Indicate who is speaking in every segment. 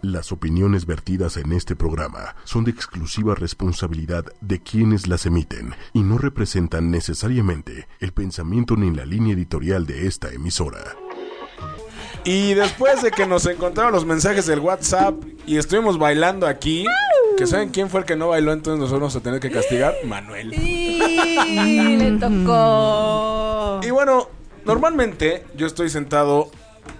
Speaker 1: Las opiniones vertidas en este programa son de exclusiva responsabilidad de quienes las emiten y no representan necesariamente el pensamiento ni la línea editorial de esta emisora.
Speaker 2: Y después de que nos encontraron los mensajes del WhatsApp y estuvimos bailando aquí, que saben quién fue el que no bailó, entonces nosotros vamos a tener que castigar, Manuel.
Speaker 3: Sí, le tocó.
Speaker 2: Y bueno, normalmente yo estoy sentado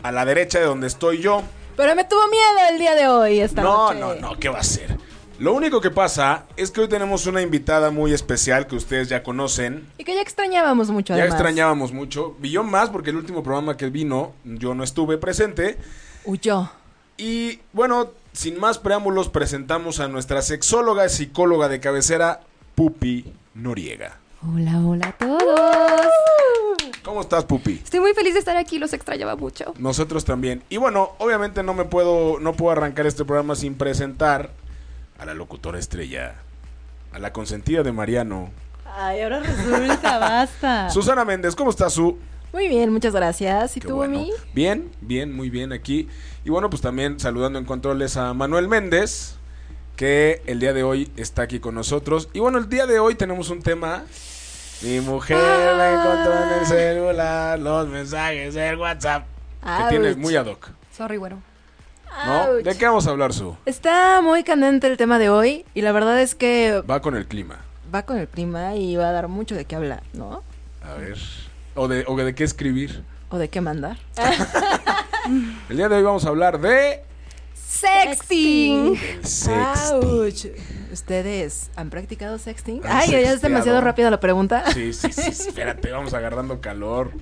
Speaker 2: a la derecha de donde estoy yo.
Speaker 3: Pero me tuvo miedo el día de hoy esta
Speaker 2: No,
Speaker 3: noche.
Speaker 2: no, no, ¿qué va a ser? Lo único que pasa es que hoy tenemos una invitada muy especial que ustedes ya conocen.
Speaker 3: Y que ya extrañábamos mucho,
Speaker 2: Ya
Speaker 3: además.
Speaker 2: extrañábamos mucho. Y yo más porque el último programa que vino yo no estuve presente.
Speaker 3: Huyó.
Speaker 2: Y bueno, sin más preámbulos, presentamos a nuestra sexóloga y psicóloga de cabecera, Pupi Noriega.
Speaker 4: Hola, hola a todos.
Speaker 2: ¿Cómo estás, Pupi?
Speaker 4: Estoy muy feliz de estar aquí, los extrañaba mucho.
Speaker 2: Nosotros también. Y bueno, obviamente no me puedo, no puedo arrancar este programa sin presentar a la locutora estrella, a la consentida de Mariano,
Speaker 5: Ay, ahora resulta,
Speaker 4: Ah.
Speaker 5: basta.
Speaker 2: Susana Méndez. ¿Cómo estás, Su?
Speaker 3: Muy bien, muchas gracias. ¿Y
Speaker 2: Qué
Speaker 3: tú,
Speaker 2: bueno.
Speaker 3: mi?
Speaker 2: Bien, bien, muy bien aquí. Y bueno, pues también saludando en controles a Manuel Méndez, que el día de hoy está aquí con nosotros. Y bueno, el día de hoy tenemos un tema. Mi mujer
Speaker 3: Ah.
Speaker 2: la encontró en el celular, los mensajes del WhatsApp. Que tienes
Speaker 3: Ouch.
Speaker 2: muy ad hoc.
Speaker 4: Sorry, bueno.
Speaker 2: ¿No?
Speaker 3: Ouch.
Speaker 2: ¿De qué vamos a hablar, Su?
Speaker 3: Está muy candente el tema de hoy y la verdad es que
Speaker 2: Va con el clima.
Speaker 3: va con el clima y va a dar mucho de qué hablar, ¿no?
Speaker 2: A ver. O de, o de qué escribir.
Speaker 3: O de qué mandar.
Speaker 2: El día de hoy vamos a hablar de.
Speaker 4: Sexting.
Speaker 2: El sexting.
Speaker 3: Ouch. ¿Ustedes han practicado sexting?
Speaker 2: Han
Speaker 3: Ay, ya es
Speaker 2: sexteado.
Speaker 3: demasiado rápida la pregunta.
Speaker 2: Sí, sí, sí, espérate, vamos agarrando calor.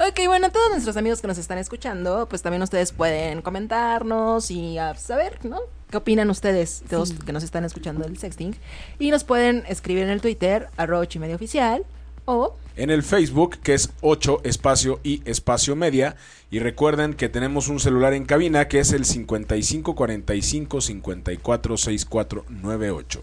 Speaker 3: Ok, bueno, a todos nuestros amigos que nos están escuchando, pues también ustedes pueden comentarnos y a saber, ¿no? ¿Qué opinan ustedes, todos que nos están escuchando del sexting? Y nos pueden escribir en el Twitter, arroba ocho y media oficial, o
Speaker 2: en el Facebook, que es 8 espacio y espacio media. Y recuerden que tenemos un celular en cabina que es el 55 45 54 64 98.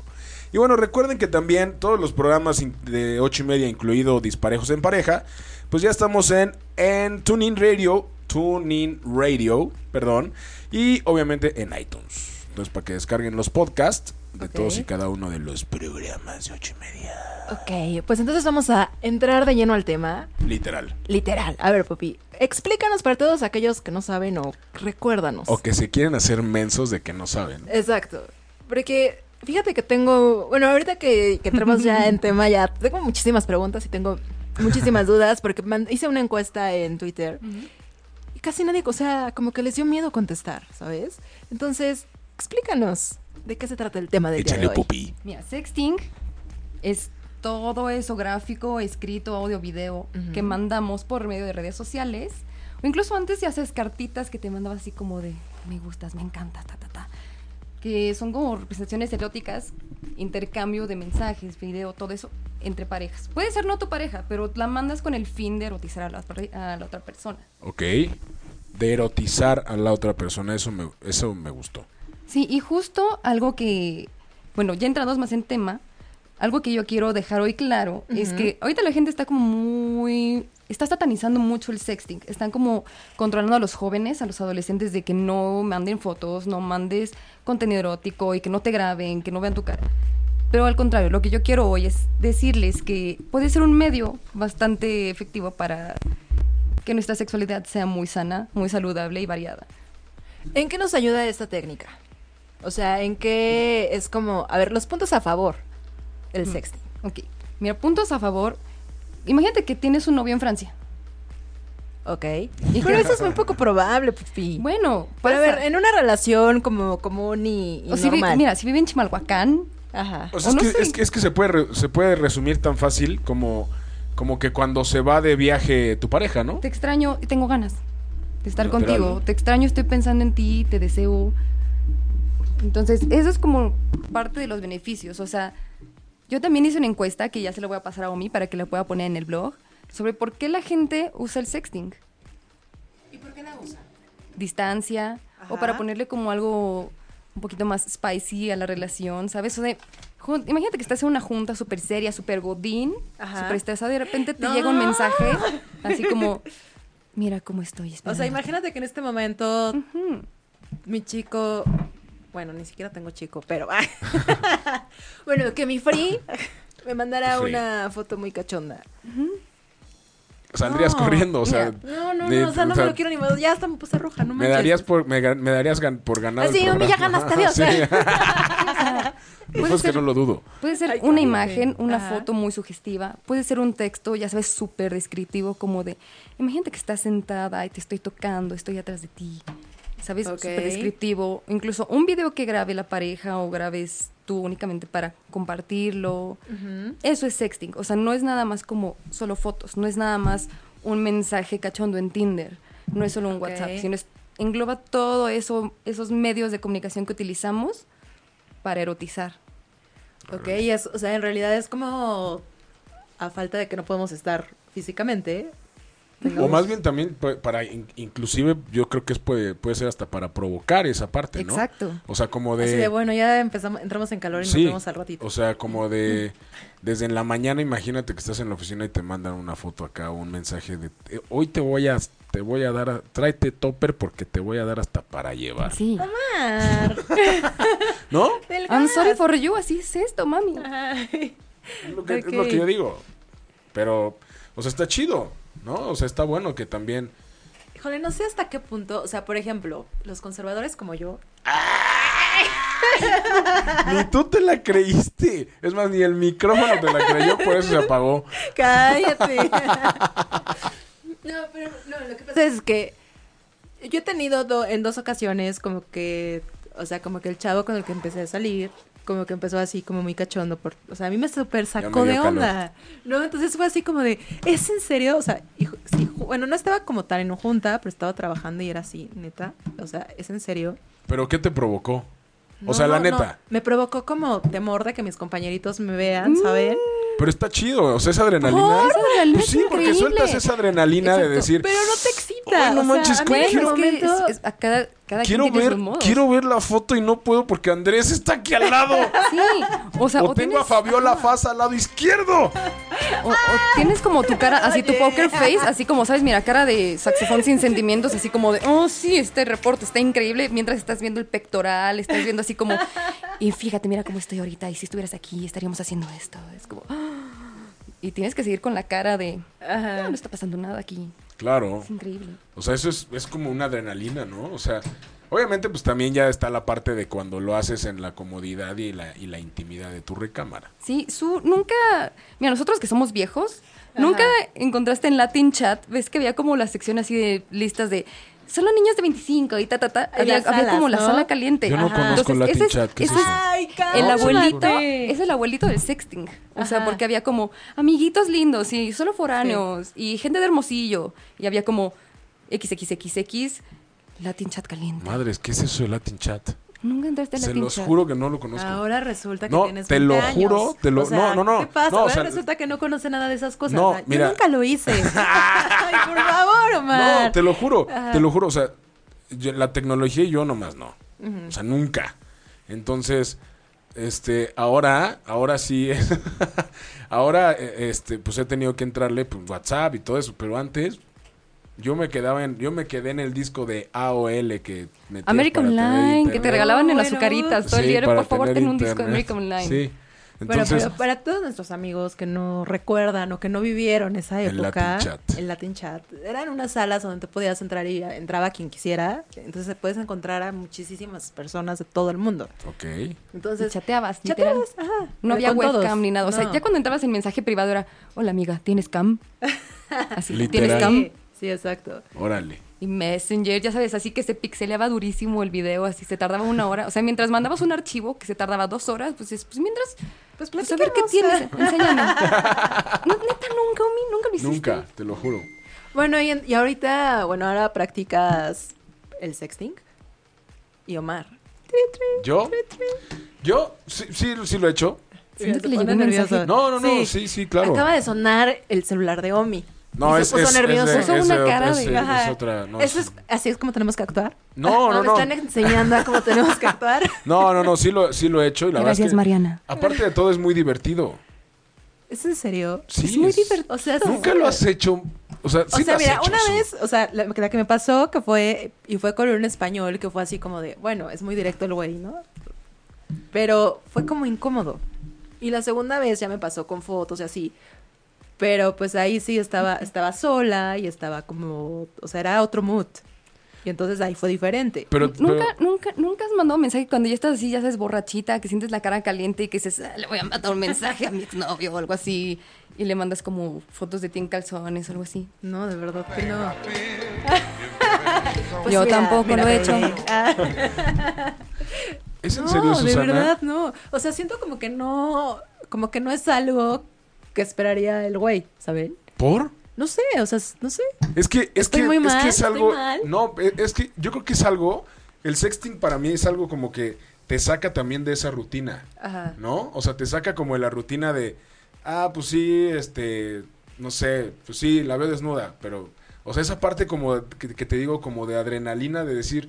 Speaker 2: Y bueno, recuerden que también todos los programas in- de 8 y media, incluido Disparejos en Pareja, pues ya estamos en, en TuneIn Radio, TuneIn Radio, perdón, y obviamente en iTunes. Entonces, para que descarguen los podcasts de
Speaker 3: Ok.
Speaker 2: todos y cada uno de los programas de 8 y media.
Speaker 3: Ok, pues entonces vamos a entrar de lleno al tema.
Speaker 2: Literal.
Speaker 3: Literal. A ver, Popi, explícanos para todos aquellos que no saben o recuérdanos.
Speaker 2: O que se quieren hacer mensos de que no saben.
Speaker 3: Exacto. Porque fíjate que tengo. Bueno, ahorita que, que entremos ya en tema, ya tengo muchísimas preguntas y tengo muchísimas dudas porque man- hice una encuesta en Twitter y casi nadie, o sea, como que les dio miedo contestar, ¿sabes? Entonces, explícanos de qué se trata el tema del día de
Speaker 2: Échale
Speaker 3: hoy.
Speaker 2: pupi.
Speaker 4: Mira, sexting es todo eso gráfico, escrito, audio, video
Speaker 3: Ujú.
Speaker 4: que mandamos por medio de redes sociales. O incluso antes ya haces cartitas que te mandabas así como de me gustas, me encantas, ta, ta, ta. Que son como representaciones eróticas, intercambio de mensajes, video, todo eso entre parejas. Puede ser no tu pareja, pero la mandas con el fin de erotizar a la, otra- a la otra persona.
Speaker 2: Ok. De erotizar a la otra persona. Eso me, eso me gustó.
Speaker 4: Sí, y justo algo que, bueno, ya entrados más en tema, algo que yo quiero dejar hoy claro es que ahorita la gente está como muy, está satanizando mucho el sexting, están como controlando a los jóvenes, a los adolescentes de que no manden fotos, no mandes contenido erótico y que no te graben, que no vean tu cara. Pero al contrario, lo que yo quiero hoy es decirles que puede ser un medio bastante efectivo para que nuestra sexualidad sea muy sana, muy saludable y variada.
Speaker 3: ¿En qué nos ayuda esta técnica? O sea, ¿en qué es como. A ver, los puntos a favor del
Speaker 4: Mm.
Speaker 3: sexting.
Speaker 4: Ok. Mira, puntos a favor. Imagínate que tienes un novio en Francia.
Speaker 3: Ok.
Speaker 4: ¿Y
Speaker 3: Pero
Speaker 4: qué?
Speaker 3: eso es muy poco probable, Pupi.
Speaker 4: Bueno,
Speaker 3: Pero
Speaker 4: para
Speaker 3: a ver, en una relación como común y, y
Speaker 4: o si vi-
Speaker 3: normal.
Speaker 4: mira, si vive en Chimalhuacán,
Speaker 3: Ajá.
Speaker 2: O sea,
Speaker 4: O
Speaker 2: es,
Speaker 4: no
Speaker 2: que,
Speaker 4: sé.
Speaker 2: es que- es que se puede re- se puede resumir tan fácil como, como que cuando se va de viaje tu pareja, ¿no?
Speaker 4: te extraño y tengo ganas de estar
Speaker 2: Literal,
Speaker 4: contigo.
Speaker 2: ¿no?
Speaker 4: Te extraño, estoy pensando en ti, te deseo. Entonces, eso es como parte de los beneficios. O sea, yo también hice una encuesta que ya se la voy a pasar a Omi para que la pueda poner en el blog sobre por qué la gente usa el sexting.
Speaker 3: ¿Y por qué la usa?
Speaker 4: distancia o
Speaker 3: Ajá.
Speaker 4: para ponerle como algo un poquito más spicy a la relación, ¿sabes? O de, jun- imagínate que estás en una junta súper seria, súper godín,
Speaker 3: Ajá.
Speaker 4: súper estresada y de repente te
Speaker 3: No.
Speaker 4: llega un mensaje así como, mira cómo estoy.
Speaker 3: O sea,
Speaker 4: espérame".
Speaker 3: imagínate que en este momento
Speaker 6: mi chico, bueno, ni siquiera tengo chico, pero ah, bueno, que mi free me mandara
Speaker 2: Free.
Speaker 6: una foto muy cachonda.
Speaker 2: Saldrías
Speaker 3: No,
Speaker 2: corriendo, o sea.
Speaker 6: No, no,
Speaker 2: ni-
Speaker 6: no, o sea, no
Speaker 2: o sea,
Speaker 6: me lo quiero ni más. Ya hasta me puse roja, no
Speaker 2: Me
Speaker 6: manches.
Speaker 2: darías por, me, gan- me darías gan- por ganado.
Speaker 6: Ah, sí,
Speaker 2: un
Speaker 6: mami, ya ganaste, adiós. ¿eh?
Speaker 2: Pues es que no lo dudo.
Speaker 4: Puede ser
Speaker 6: Ay,
Speaker 4: una
Speaker 6: ok.
Speaker 4: imagen, una
Speaker 6: Ajá.
Speaker 4: foto muy sugestiva, puede ser un texto, ya sabes, súper descriptivo, como de, imagínate que estás sentada y te estoy tocando, estoy atrás de ti, ¿sabes?
Speaker 6: Ok.
Speaker 4: Súper descriptivo. Incluso un video que grabe la pareja o grabes tú únicamente para compartirlo. Eso es sexting, o sea, no es nada más como solo fotos, no es nada más un mensaje cachondo en Tinder, no es solo un
Speaker 6: Ok.
Speaker 4: WhatsApp, sino es- engloba todo eso, esos medios de comunicación que utilizamos para erotizar.
Speaker 3: Ok, y es, o sea, en realidad es como a falta de que no podemos estar físicamente.
Speaker 6: Pues
Speaker 2: O más bien también pa- para, in- inclusive yo creo que es puede, puede ser hasta para provocar esa parte, ¿no?
Speaker 4: Exacto.
Speaker 2: O sea, como
Speaker 3: Así
Speaker 2: de...
Speaker 3: de bueno, ya empezamos, entramos en calor y
Speaker 2: sí,
Speaker 3: nos vemos al ratito.
Speaker 2: o sea, como de... Desde en la mañana imagínate que estás en la oficina y te mandan una foto acá o un mensaje de... eh, Hoy te voy a... Te voy a dar... a- tráete topper porque te voy a dar hasta para llevar.
Speaker 4: Sí.
Speaker 6: Ah,
Speaker 2: ¿No?
Speaker 4: I'm sorry for you, así es esto, mami.
Speaker 3: Ay.
Speaker 2: Es lo, que, es lo que yo digo. Pero, o sea, está chido, ¿no? O sea, está bueno que también...
Speaker 3: Híjole, no sé hasta qué punto, o sea, por ejemplo, los conservadores como yo,
Speaker 2: Ni tú te la creíste. Es más, ni el micrófono te la creyó, por eso se apagó.
Speaker 3: cállate.
Speaker 6: No, pero no, lo que pasa es
Speaker 3: Entonces, que yo he tenido do- en dos ocasiones como que, o sea, como que el chavo con el que empecé a salir, como que empezó así como muy cachondo, por, o sea, a mí me súper sacó
Speaker 2: dio
Speaker 3: de
Speaker 2: calor.
Speaker 3: onda, ¿no? Entonces fue así como de, ¿es en serio? O sea, y ju- sí, ju- bueno, no estaba como tan en junta, pero estaba trabajando y era así, neta, o sea, ¿es en serio?
Speaker 2: ¿Pero qué te provocó?
Speaker 3: No,
Speaker 2: o sea, la
Speaker 3: no,
Speaker 2: neta.
Speaker 3: no. Me provocó como temor de que mis compañeritos me vean, ¿saben?
Speaker 2: Pero está chido, o sea, esa adrenalina.
Speaker 4: Esa adrenalina
Speaker 2: Pues sí,
Speaker 4: es
Speaker 2: porque
Speaker 4: increíble.
Speaker 2: sueltas esa adrenalina de
Speaker 4: Exacto.
Speaker 2: decir,
Speaker 3: Pero no te excita.
Speaker 2: Ay, no
Speaker 3: o sea,
Speaker 2: manches,
Speaker 3: a mí
Speaker 2: ¿cómo
Speaker 3: en ese
Speaker 2: quiero-
Speaker 4: Bueno, es que
Speaker 3: momento-
Speaker 4: es- es- a cada, cada quien
Speaker 2: quiero
Speaker 4: tiene
Speaker 2: ver,
Speaker 4: sus modos.
Speaker 2: quiero ver la foto y no puedo porque Andrés está aquí al lado.
Speaker 4: Sí, o sea,
Speaker 2: o tengo
Speaker 4: o, tienes,
Speaker 2: a Fabiola Faz al lado izquierdo.
Speaker 4: o- o tienes como tu cara, así tu
Speaker 3: Oye.
Speaker 4: poker face, así como, ¿sabes? Mira, cara de saxofón sin sentimientos, así como de, oh, sí, este reporte está increíble, mientras estás viendo el pectoral, estás viendo así como, y fíjate, mira cómo estoy ahorita, y si estuvieras aquí, estaríamos haciendo esto. Es como, ah. y tienes que seguir con la cara de,
Speaker 3: Ajá.
Speaker 4: no, no está pasando nada aquí,
Speaker 2: Claro.
Speaker 4: es increíble.
Speaker 2: O sea, eso es, es como una adrenalina, ¿no? O sea, obviamente pues también ya está la parte de cuando lo haces en la comodidad y la, y la intimidad de tu recámara.
Speaker 4: Sí, su nunca. Mira, nosotros que somos viejos, nunca encontraste en Latin Chat, ves que había como la sección así de listas de solo niños de 25 y ta, ta, ta.
Speaker 3: Y
Speaker 4: Había,
Speaker 3: las
Speaker 4: había
Speaker 3: salas,
Speaker 4: como la
Speaker 3: ¿no?
Speaker 4: sala caliente.
Speaker 2: Yo no conozco
Speaker 4: Entonces,
Speaker 2: Latin
Speaker 4: ese es-
Speaker 2: Chat, ¿qué es
Speaker 4: ese es
Speaker 2: eso?
Speaker 3: Ay,
Speaker 4: el
Speaker 3: cállate.
Speaker 4: abuelito es el abuelito del sexting. O sea,
Speaker 3: Ajá.
Speaker 4: porque había como amiguitos lindos y solo foráneos y gente de Hermosillo. Y había como XXXX Latin Chat caliente.
Speaker 2: Madres, ¿qué es eso de Latin Chat?
Speaker 4: Nunca entraste a
Speaker 2: Se
Speaker 4: Latin
Speaker 2: los
Speaker 4: Chat.
Speaker 2: juro que no lo conozco.
Speaker 3: Ahora resulta que
Speaker 2: No,
Speaker 3: tienes
Speaker 2: te lo
Speaker 3: 20 años.
Speaker 2: juro, te lo-
Speaker 3: O sea,
Speaker 2: no, no, no.
Speaker 3: ¿Qué pasa?
Speaker 2: No, o
Speaker 3: Ahora
Speaker 2: sea-
Speaker 3: resulta que no conoce nada de esas cosas.
Speaker 2: No,
Speaker 3: O sea,
Speaker 2: mira.
Speaker 3: Yo nunca lo hice. Ay, por favor, Omar.
Speaker 2: No, te lo juro,
Speaker 3: Ajá.
Speaker 2: te lo juro. O sea, yo- la tecnología y yo nomás no. O sea, nunca. Entonces, este, ahora, ahora sí es. ahora, eh, este, pues he tenido que entrarle pues, WhatsApp y todo eso, pero antes. Yo me quedaba en, yo me quedé en el disco de AOL que me
Speaker 4: American Online, que te regalaban en las
Speaker 3: Bueno.
Speaker 4: azucaritas todo el día. era, Por favor, ten un disco de American Online.
Speaker 2: Sí.
Speaker 3: Bueno,
Speaker 2: Entonces,
Speaker 3: pero para todos nuestros amigos que no recuerdan o que no vivieron esa
Speaker 2: El
Speaker 3: época,
Speaker 2: Latin Chat.
Speaker 3: el Latin Chat, eran unas salas donde te podías entrar y entraba quien quisiera. Entonces puedes encontrar a muchísimas personas de todo el mundo.
Speaker 2: ok.
Speaker 3: Entonces,
Speaker 4: Y chateabas,
Speaker 3: chateabas,
Speaker 4: literal.
Speaker 3: ajá,
Speaker 4: No había
Speaker 3: con
Speaker 4: webcam
Speaker 3: todos.
Speaker 4: ni nada. O sea,
Speaker 3: No.
Speaker 4: ya cuando entrabas en mensaje privado era, hola amiga, ¿tienes cam? Así,
Speaker 2: Literal.
Speaker 4: ¿tienes cam?
Speaker 3: Sí, sí, exacto.
Speaker 2: Órale.
Speaker 4: Y Messenger, ya sabes, así que se pixeleaba durísimo el video, así se tardaba una hora. O sea, mientras mandabas un archivo que se tardaba dos horas, pues, es- pues mientras,
Speaker 3: Pues
Speaker 4: pues a ver qué tienes,
Speaker 3: platícanos.
Speaker 4: enséñame. No, neta, nunca, Omi, nunca lo hiciste.
Speaker 2: Nunca, te lo juro.
Speaker 3: Bueno, y, en- y ahorita, bueno, ahora practicas el sexting y Omar. Tri, tri.
Speaker 2: Yo, yo sí, sí, sí lo he hecho.
Speaker 4: Siento
Speaker 3: Mira,
Speaker 4: que
Speaker 3: se
Speaker 4: le llegó
Speaker 3: pone
Speaker 4: un
Speaker 3: nerviosa.
Speaker 4: mensaje.
Speaker 2: No, no, no, sí, sí, claro.
Speaker 3: Acaba de sonar el celular de Omi.
Speaker 2: No,
Speaker 3: Y se
Speaker 2: es,
Speaker 3: puso
Speaker 2: es,
Speaker 3: nervioso.
Speaker 2: es,
Speaker 4: Puso una
Speaker 2: otra-
Speaker 4: cara de-
Speaker 2: es- es
Speaker 3: Ajá.
Speaker 2: otra. No,
Speaker 3: Eso es, así es como tenemos que actuar.
Speaker 2: no, no,
Speaker 3: Nos
Speaker 2: no.
Speaker 3: están enseñando a cómo tenemos que actuar.
Speaker 2: No, no, no, sí lo, sí lo he hecho y la verdad.
Speaker 4: Gracias,
Speaker 2: es que,
Speaker 4: Mariana.
Speaker 2: Aparte de todo, es muy divertido.
Speaker 3: ¿Es en serio?
Speaker 2: Sí,
Speaker 4: Es muy divertido.
Speaker 3: O sea,
Speaker 2: Nunca lo has hecho. O sea,
Speaker 3: O
Speaker 2: sí
Speaker 3: sea,
Speaker 2: te has
Speaker 3: mira,
Speaker 2: hecho
Speaker 3: una
Speaker 2: eso.
Speaker 3: vez, o sea, la, la que me pasó, que fue, y fue con un español, que fue así como de, bueno, es muy directo el güey, ¿no? Pero fue como incómodo. Y la segunda vez ya me pasó con fotos y así. Pero pues ahí sí estaba, estaba sola y estaba como, o sea, era otro mood. Y entonces ahí fue diferente.
Speaker 2: Pero,
Speaker 4: Nunca,
Speaker 2: pero-
Speaker 4: nunca, nunca has mandado mensaje cuando ya estás así, ya sabes, borrachita, que sientes la cara caliente y que dices, "Ah, le voy a mandar un mensaje a mi exnovio o algo así. Y le mandas como fotos de ti en calzones o algo así.
Speaker 3: No, de verdad que no.
Speaker 6: Pues
Speaker 4: Yo
Speaker 6: mira,
Speaker 4: tampoco
Speaker 6: mira, ah,
Speaker 4: lo he
Speaker 6: baby.
Speaker 4: hecho.
Speaker 2: ¿es en
Speaker 3: Ah, no,
Speaker 2: serio,
Speaker 3: de
Speaker 2: Susana?
Speaker 3: verdad no. O sea, siento como que no, como que no es algo que esperaría el güey, ¿saben?
Speaker 2: ¿Por?
Speaker 3: No sé, o sea, no sé.
Speaker 2: Es que es,
Speaker 3: Estoy
Speaker 2: que,
Speaker 3: muy
Speaker 2: es, que
Speaker 3: mal,
Speaker 2: es
Speaker 3: estoy
Speaker 2: algo.
Speaker 3: mal.
Speaker 2: No, e- es que yo creo que es algo. El sexting para mí es algo como que te saca también de esa rutina.
Speaker 3: Ajá.
Speaker 2: ¿No? O sea, te saca como de la rutina de. Ah, pues sí, este. No sé, pues sí, la veo desnuda, pero. O sea, esa parte como que, que te digo, como de adrenalina, de decir.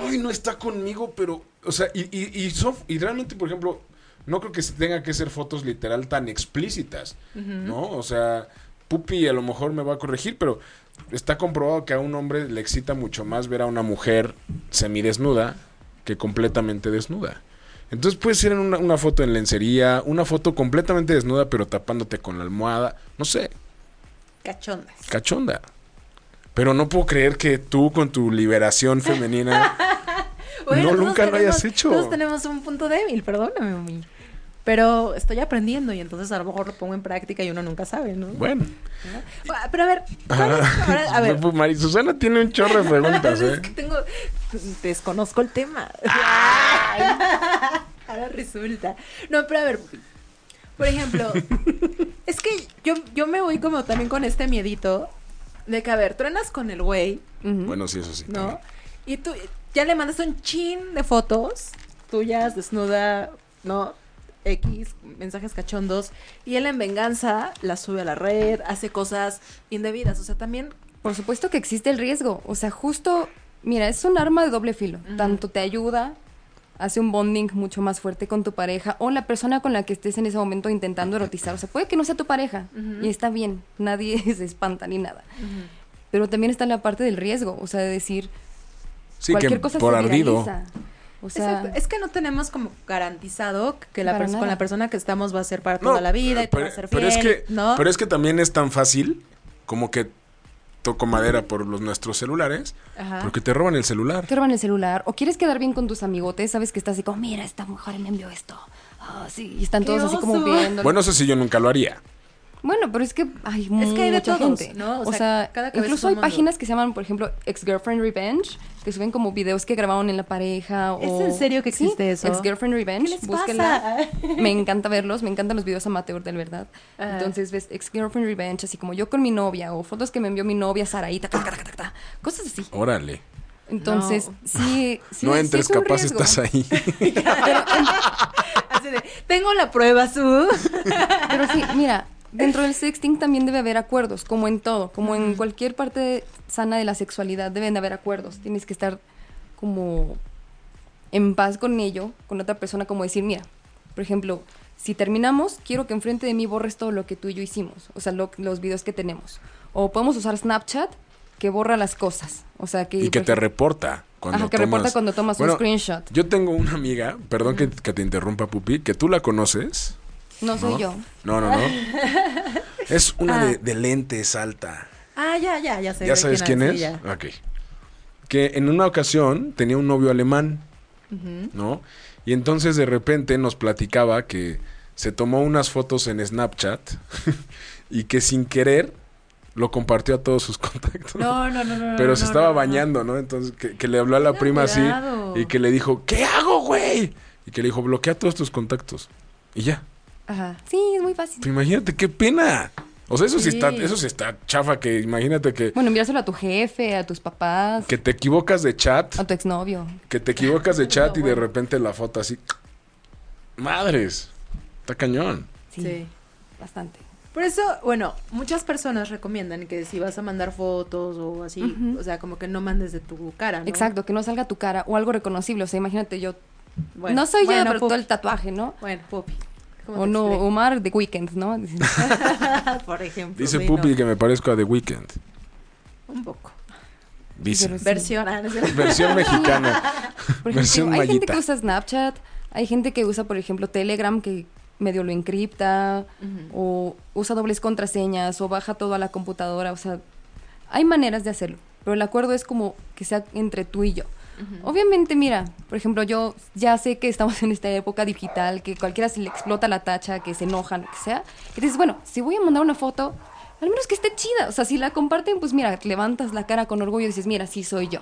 Speaker 2: Ay, no está conmigo, pero. O sea, y, y, y, son- y realmente, por ejemplo, no creo que se tenga que ser fotos literal tan explícitas, ¿no? O sea, Pupi a lo mejor me va a corregir, pero está comprobado que a un hombre le excita mucho más ver a una mujer semidesnuda que completamente desnuda. Entonces puede ser en una, una foto en lencería, una foto completamente desnuda, pero tapándote con la almohada, no sé,
Speaker 3: Cachondas.
Speaker 2: cachonda. Pero no puedo creer que tú con tu liberación femenina... No,
Speaker 3: todos
Speaker 2: nunca lo hayas
Speaker 3: tenemos-
Speaker 2: hecho.
Speaker 3: Todos tenemos un punto débil, perdóname, mami. Pero estoy aprendiendo y entonces a lo mejor lo pongo en práctica y uno nunca sabe, ¿no?
Speaker 2: Bueno. pues,
Speaker 3: Ah, Pero a ver, ¿cuál es- ahora, a ver.
Speaker 2: Susana tiene un chorro de preguntas,
Speaker 3: Es
Speaker 2: ¿eh?
Speaker 3: que tengo. Desconozco el tema. Ahora resulta. No, pero a ver. Por ejemplo, es que yo, yo me voy como también con este miedito de que, a ver, truenas con el güey,
Speaker 4: Ujú.
Speaker 2: Bueno, sí, eso sí.
Speaker 3: ¿no? Y tú ya le mandas un chin de fotos tuyas, desnuda, ¿no? X, mensajes cachondos. Y él en venganza la sube a la red, hace cosas indebidas. O sea, también.
Speaker 4: Por supuesto que existe el riesgo. O sea, justo, mira, es un arma de doble filo. Tanto te ayuda, hace un bonding mucho más fuerte con tu pareja o la persona con la que estés en ese momento intentando erotizar. O sea, puede que no sea tu pareja y está bien, nadie se espanta ni nada. Pero también está la parte del riesgo, o sea, de decir
Speaker 2: Sí,
Speaker 4: cualquier
Speaker 2: que
Speaker 4: cosa
Speaker 2: por
Speaker 4: se
Speaker 2: ardido.
Speaker 4: viraliza. O sea,
Speaker 3: Exacto. Es que no tenemos como garantizado que la
Speaker 4: Para
Speaker 3: pers- con
Speaker 4: nada.
Speaker 3: la persona que estamos va a ser para
Speaker 2: No,
Speaker 3: toda la vida y te va a ser fiel,
Speaker 2: es que,
Speaker 3: ¿no?
Speaker 2: pero es que también es tan fácil como que toco madera por los nuestros celulares,
Speaker 3: Ajá.
Speaker 2: porque te roban el celular.
Speaker 4: te roban el celular o quieres quedar bien con tus amigotes, sabes que estás así como, mira, esta mujer me envió esto. Ah, sí, y están
Speaker 3: ¡Qué
Speaker 4: todos así como
Speaker 3: oso!
Speaker 4: viendo.
Speaker 2: Bueno, eso sí yo nunca lo haría.
Speaker 4: Bueno, pero es que hay
Speaker 3: Es que hay de
Speaker 4: mucha
Speaker 3: todos,
Speaker 4: gente.
Speaker 3: ¿no? O
Speaker 4: O,
Speaker 3: sea,
Speaker 4: sea,
Speaker 3: cada cabeza es
Speaker 4: incluso
Speaker 3: un
Speaker 4: hay
Speaker 3: mundo.
Speaker 4: páginas que se llaman, por ejemplo, Ex Girlfriend Revenge, que suben como videos que grabaron en la pareja.
Speaker 3: ¿Es
Speaker 4: o-
Speaker 3: en serio que
Speaker 4: Sí,
Speaker 3: existe eso?
Speaker 4: Ex Girlfriend Revenge,
Speaker 3: ¿Qué les
Speaker 4: búsquenla.
Speaker 3: pasa?
Speaker 4: Me encanta verlos, me encantan los videos amateur, de verdad.
Speaker 3: Ajá.
Speaker 4: Entonces ves Ex Girlfriend Revenge, así como yo con mi novia, o fotos que me envió mi novia, Saraíta, ta, ta, ta, ta, ta, cosas así.
Speaker 2: Órale.
Speaker 4: Entonces,
Speaker 3: No.
Speaker 4: sí, sí,
Speaker 2: no
Speaker 4: sí
Speaker 2: entres,
Speaker 4: es un
Speaker 2: capaz
Speaker 4: riesgo.
Speaker 2: estás ahí.
Speaker 3: Así de, tengo la prueba, Su.
Speaker 4: Pero sí, mira, dentro del sexting también debe haber acuerdos, como en todo, como en cualquier parte sana de la sexualidad deben de haber acuerdos. Tienes que estar como en paz con ello, con otra persona, como decir, mira, por ejemplo, si terminamos, quiero que enfrente de mí borres todo lo que tú y yo hicimos, o sea, lo- los videos que tenemos. O podemos usar Snapchat que borra las cosas, o sea, que...
Speaker 2: y que
Speaker 4: por
Speaker 2: te
Speaker 4: ejemplo,
Speaker 2: reporta cuando
Speaker 4: pues Ajá, que
Speaker 2: tomas...
Speaker 4: reporta cuando tomas un
Speaker 2: Bueno,
Speaker 4: screenshot.
Speaker 2: Yo tengo una amiga, perdón que, que te interrumpa, Pupi, que tú la conoces.
Speaker 4: No soy
Speaker 2: ¿no?
Speaker 4: yo. Ah.
Speaker 2: No, no, no. es una de, de lentes alta.
Speaker 3: Ah, ya, ya, ya sé.
Speaker 2: ¿Ya
Speaker 3: de
Speaker 2: sabes quién es?
Speaker 3: sí, ya.
Speaker 2: Ok. Que en una ocasión tenía un novio alemán, ¿no? Y entonces de repente nos platicaba que se tomó unas fotos en Snapchat y que sin querer lo compartió a todos sus contactos.
Speaker 3: No, no, no, no.
Speaker 2: Pero
Speaker 3: no,
Speaker 2: se
Speaker 3: no,
Speaker 2: estaba
Speaker 3: no, no.
Speaker 2: bañando, ¿no? Entonces que, que le habló a la prima
Speaker 3: cuidado.
Speaker 2: así y que le dijo, ¿qué hago, güey? Y que le dijo, bloquea todos tus contactos. Y ya.
Speaker 4: Ajá. Sí, es muy fácil.
Speaker 2: Pues imagínate, qué pena. O sea, eso sí,
Speaker 3: Sí.
Speaker 2: está, eso sí está chafa, que imagínate que,
Speaker 4: Bueno, pues, enviárselo a tu jefe, a tus papás,
Speaker 2: que te equivocas de chat.
Speaker 4: a tu exnovio.
Speaker 2: Que te equivocas de chat y de repente la foto así. Madres. Está cañón.
Speaker 4: Sí,
Speaker 3: Sí.
Speaker 4: bastante.
Speaker 3: Por eso, bueno, muchas personas recomiendan que si vas a mandar fotos o así, o sea, como que no mandes de tu cara, ¿no?
Speaker 4: Exacto, que no salga tu cara o algo reconocible. O sea, imagínate yo.
Speaker 3: Bueno,
Speaker 4: no soy
Speaker 3: bueno,
Speaker 4: yo, pero
Speaker 3: Pupi.
Speaker 4: todo el tatuaje, ¿no?
Speaker 3: Bueno, Poppy.
Speaker 6: pues, ¿Cómo
Speaker 4: O
Speaker 6: te
Speaker 4: no,
Speaker 6: explico?
Speaker 4: Omar de Weekend, ¿no?
Speaker 3: Por ejemplo.
Speaker 2: Dice
Speaker 3: sí,
Speaker 2: Pupi
Speaker 3: no.
Speaker 2: que me parezco a The Weeknd.
Speaker 3: Un poco.
Speaker 2: Dice.
Speaker 4: Pero sí.
Speaker 3: Versión. ah, no sé.
Speaker 2: Versión mexicana.
Speaker 4: Por
Speaker 2: Versión
Speaker 4: ejemplo, hay gente
Speaker 2: mallita.
Speaker 4: que usa Snapchat, hay gente que usa, por ejemplo, Telegram, que medio lo encripta, o usa dobles contraseñas, o baja todo a la computadora. O sea, hay maneras de hacerlo, pero el acuerdo es como que sea entre tú y yo. Obviamente, mira, por ejemplo, yo ya sé que estamos en esta época digital, que cualquiera se le explota la tacha, que se enojan, lo que sea. Y dices, bueno, si voy a mandar una foto, al menos que esté chida. O sea, si la comparten, pues mira, levantas la cara con orgullo y dices, mira, sí soy yo.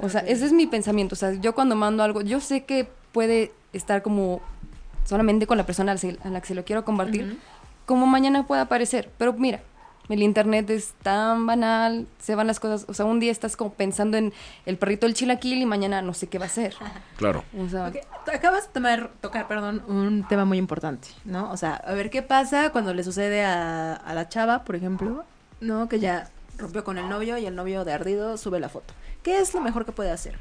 Speaker 4: O sea, ese es mi pensamiento. O sea, yo cuando mando algo, yo sé que puede estar como solamente con la persona al se- a la que se lo quiero compartir, como mañana pueda aparecer. Pero mira, el internet es tan banal, se van las cosas. O sea, un día estás como pensando en el perrito del chilaquil y mañana no sé qué va a ser.
Speaker 2: Claro.
Speaker 4: O sea,
Speaker 3: Ok, t- Acabas de tomar, tocar, perdón, un tema muy importante, ¿no? O sea, a ver qué pasa cuando le sucede a, a la chava, por ejemplo, ¿no? Que ya rompió con el novio y el novio de ardido sube la foto. ¿Qué es lo mejor que puede hacer?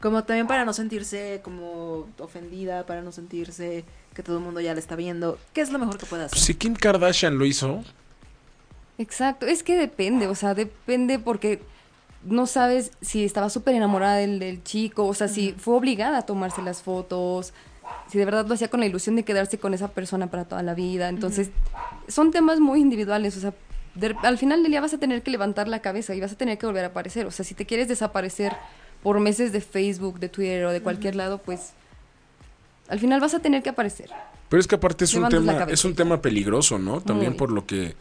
Speaker 3: Como también para no sentirse como ofendida, para no sentirse que todo el mundo ya le está viendo. ¿Qué es lo mejor que puede hacer?
Speaker 2: Pues si Kim Kardashian lo hizo,
Speaker 4: Exacto, es que depende, o sea, depende porque no sabes si estaba súper enamorada del, del chico, o sea, si fue obligada a tomarse las fotos, si de verdad lo hacía con la ilusión de quedarse con esa persona para toda la vida. Entonces, son temas muy individuales, o sea, de- al final del día vas a tener que levantar la cabeza y vas a tener que volver a aparecer. O sea, si te quieres desaparecer por meses de Facebook, de Twitter o de cualquier lado, pues al final vas a tener que aparecer.
Speaker 2: Pero es que aparte es un
Speaker 4: Levantas la
Speaker 2: tema,
Speaker 4: cabeza.
Speaker 2: es un tema peligroso, ¿no? También
Speaker 4: Muy.
Speaker 2: por lo que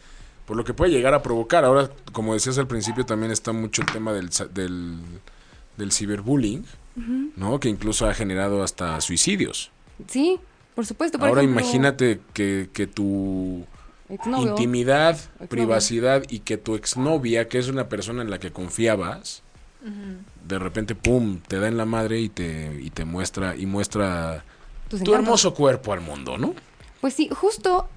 Speaker 2: por lo que puede llegar a provocar. Ahora, como decías al principio, también está mucho el tema del sa- del, del ciberbullying, ¿no? Que incluso ha generado hasta suicidios.
Speaker 4: Sí, por supuesto. por
Speaker 2: Ahora
Speaker 4: ejemplo,
Speaker 2: imagínate que, que tu
Speaker 4: exnovio.
Speaker 2: intimidad,
Speaker 4: Exnovio.
Speaker 2: privacidad y que tu exnovia, que es una persona en la que confiabas, de repente, pum, te da en la madre y te, y te muestra, y muestra
Speaker 4: Tus
Speaker 2: tu
Speaker 4: encantos.
Speaker 2: hermoso cuerpo al mundo, ¿no?
Speaker 4: Pues sí, justo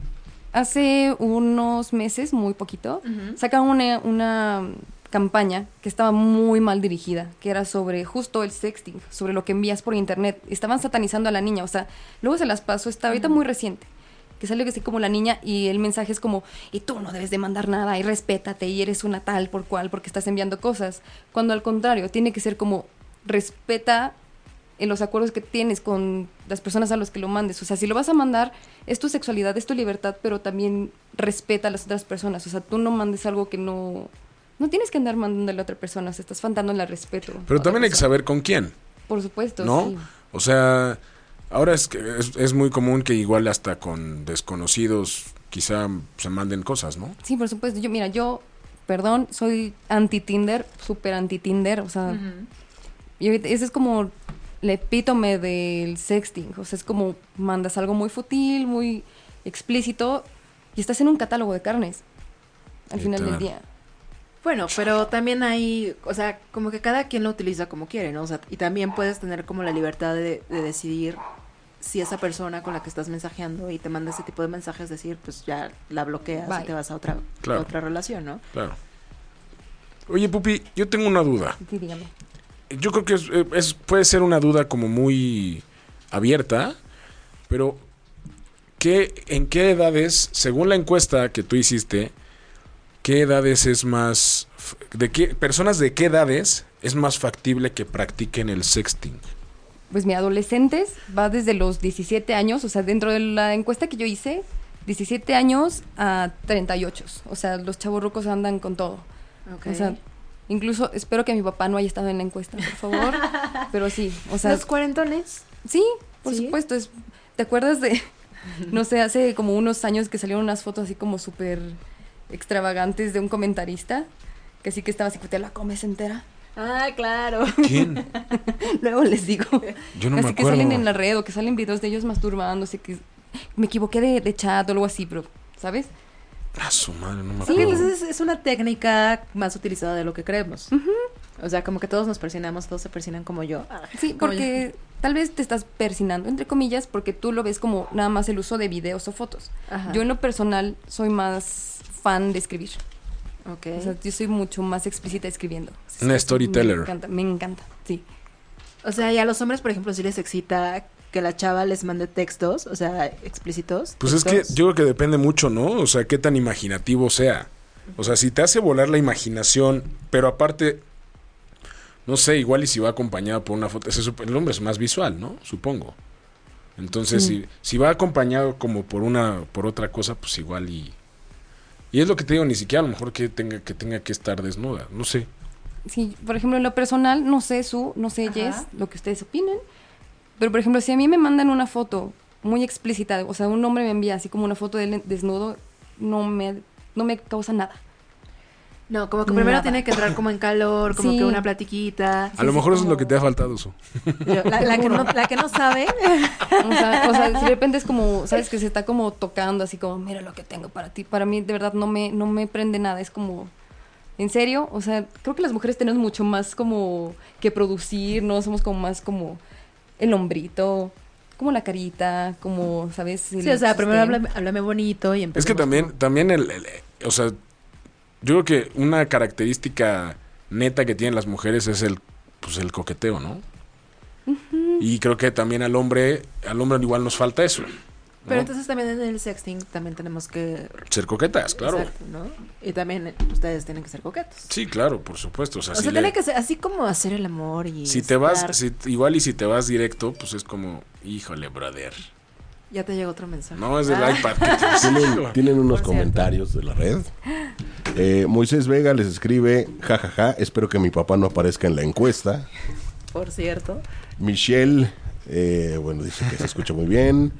Speaker 4: hace unos meses, muy poquito, sacaron una, una campaña que estaba muy mal dirigida, que era sobre justo el sexting, sobre lo que envías por internet. Estaban satanizando a la niña, o sea, luego se las paso, está ahorita muy reciente. Que sale así como la niña y el mensaje es como, y tú no debes de mandar nada, y respétate, y eres una tal por cual, porque estás enviando cosas. Cuando al contrario, tiene que ser como, respeta en los acuerdos que tienes con las personas a las que lo mandes. O sea, si lo vas a mandar, es tu sexualidad, es tu libertad, pero también respeta a las otras personas. O sea, tú no mandes algo que no... No tienes que andar mandando a la otra persona, o sea, estás faltando el respeto. a
Speaker 2: Pero
Speaker 4: otra
Speaker 2: también hay que
Speaker 4: persona.
Speaker 2: saber con quién.
Speaker 4: Por supuesto,
Speaker 2: ¿no?
Speaker 4: sí.
Speaker 2: O sea, ahora es, que es, es muy común que igual hasta con desconocidos quizá se manden cosas, ¿no?
Speaker 4: Sí, por supuesto. Yo, mira, yo, perdón, soy anti-Tinder, súper anti-Tinder, o sea... Y ahorita- ese es como el epítome del sexting. O sea, es como mandas algo muy futil, muy explícito y estás en un catálogo de carnes al final del
Speaker 2: Literal.
Speaker 4: día.
Speaker 3: Bueno, pero también hay, o sea, como que cada quien lo utiliza como quiere, ¿no? O sea, y también puedes tener como la libertad de, de decidir si esa persona con la que estás mensajeando y te manda ese tipo de mensajes, decir, pues ya la bloqueas
Speaker 4: Bye.
Speaker 3: y te vas a otra,
Speaker 2: Claro.
Speaker 3: a otra relación, ¿no?
Speaker 2: Claro. Oye, Pupi, yo tengo una duda.
Speaker 4: Sí, dígame.
Speaker 2: Yo creo que es, eh, es- puede ser una duda como muy abierta, pero ¿qué, ¿en qué edades, según la encuesta que tú hiciste, qué edades es más... f- de qué personas de qué edades es más factible que practiquen el sexting?
Speaker 4: Pues mi adolescentes va desde los 17 años, o sea, dentro de la encuesta que yo hice, 17 años a 38. O sea, los chavorrucos andan con todo. O sea, incluso espero que mi papá no haya estado en la encuesta, por favor. Pero sí, o sea,
Speaker 3: los cuarentones.
Speaker 4: Sí, por
Speaker 3: ¿Sí?
Speaker 4: supuesto. Es, ¿Te acuerdas de, no sé, hace como unos años que salieron unas fotos así como súper extravagantes de un comentarista? Que sí que estaba así, que te la comes entera.
Speaker 3: Ah, claro.
Speaker 2: ¿Quién?
Speaker 4: Luego les digo.
Speaker 2: Yo no me
Speaker 4: así que
Speaker 2: acuerdo.
Speaker 4: salen en la red o que salen videos de ellos masturbándose, que me equivoqué de, de chat o algo así, pero, ¿sabes?
Speaker 2: Ah, su madre, no me
Speaker 3: Sí,
Speaker 2: acuerdo.
Speaker 4: pues
Speaker 3: entonces es una técnica más utilizada de lo que creemos. O sea, como que todos nos persinamos, todos se persinan como yo.
Speaker 4: Sí,
Speaker 3: Como
Speaker 4: porque tal vez te estás persinando, entre comillas, porque tú lo ves como nada más el uso de videos o fotos.
Speaker 3: Ajá.
Speaker 4: Yo en lo personal soy más fan de escribir.
Speaker 3: yo. Ok.
Speaker 4: O sea, yo soy mucho más explícita escribiendo.
Speaker 2: Una
Speaker 4: Me
Speaker 2: storyteller.
Speaker 4: encanta, me encanta, sí.
Speaker 3: O sea, y a los hombres, por ejemplo, sí les excita que la chava les mande textos, o sea, explícitos.
Speaker 2: Pues es que
Speaker 3: textos.
Speaker 2: yo creo que depende mucho, ¿no? O sea, qué tan imaginativo sea. O sea, si te hace volar la imaginación, pero aparte, no sé, igual y si va acompañado por una foto, se sup- el hombre es más visual, ¿no? Supongo.
Speaker 4: Mm.
Speaker 2: Entonces, si, si va acompañado como por una, por otra cosa, pues igual y... Y es lo que te digo, ni siquiera a lo mejor que tenga que, tenga que estar desnuda, no sé.
Speaker 4: Sí, por ejemplo, en lo personal, no sé su, no sé Jess, lo que ustedes opinen, pero por ejemplo, si a mí me mandan una foto muy explícita, o sea, un hombre me envía así como una foto de él desnudo, no me, no me causa nada.
Speaker 3: No, como que primero
Speaker 4: Nada.
Speaker 3: tiene que entrar como en calor, como
Speaker 4: Sí.
Speaker 3: que una platiquita.
Speaker 2: A lo
Speaker 4: sí,
Speaker 2: mejor eso es lo
Speaker 4: como-
Speaker 2: que te ha faltado, Su.
Speaker 3: Yo- la, la que no, la que no sabe.
Speaker 4: O sea, o sea, si de repente es como, sabes que se está como tocando, así como, mira lo que tengo para ti. Para mí, de verdad, no me, no me prende nada. Es como, en serio, o sea, creo que las mujeres tenemos mucho más como que producir, ¿no? Somos como más como el hombrito, como la carita, como, ¿sabes?
Speaker 3: Sí, o sea, primero
Speaker 4: habla
Speaker 3: háblame, háblame bonito y
Speaker 2: Es
Speaker 3: empecemos.
Speaker 2: que también, también el, el- o sea, yo creo que una característica neta que tienen las mujeres es el, pues el coqueteo, ¿no? Y creo que también al hombre, al hombre igual nos falta eso,
Speaker 3: Pero entonces también en el sexting también tenemos que...
Speaker 2: ser coquetas, claro.
Speaker 3: Exacto, ¿no? Y también ustedes tienen que ser coquetos.
Speaker 2: Sí, claro, por supuesto. O sea,
Speaker 3: O
Speaker 2: si,
Speaker 3: sea,
Speaker 2: le-
Speaker 3: tiene que ser así como hacer el amor y...
Speaker 2: si te
Speaker 3: estar-
Speaker 2: vas, si- igual y si te vas directo, pues es como, híjole, brother.
Speaker 3: Ya te llegó otro mensaje.
Speaker 2: No es del
Speaker 3: Ah,
Speaker 2: iPad. que te-
Speaker 1: Tienen, tienen unos
Speaker 3: Por cierto.
Speaker 1: comentarios de la red. Eh, Moisés Vega les escribe, jajaja, espero que mi papá no aparezca en la encuesta.
Speaker 3: Por cierto.
Speaker 1: Michelle, eh, bueno, dice que se escucha muy bien.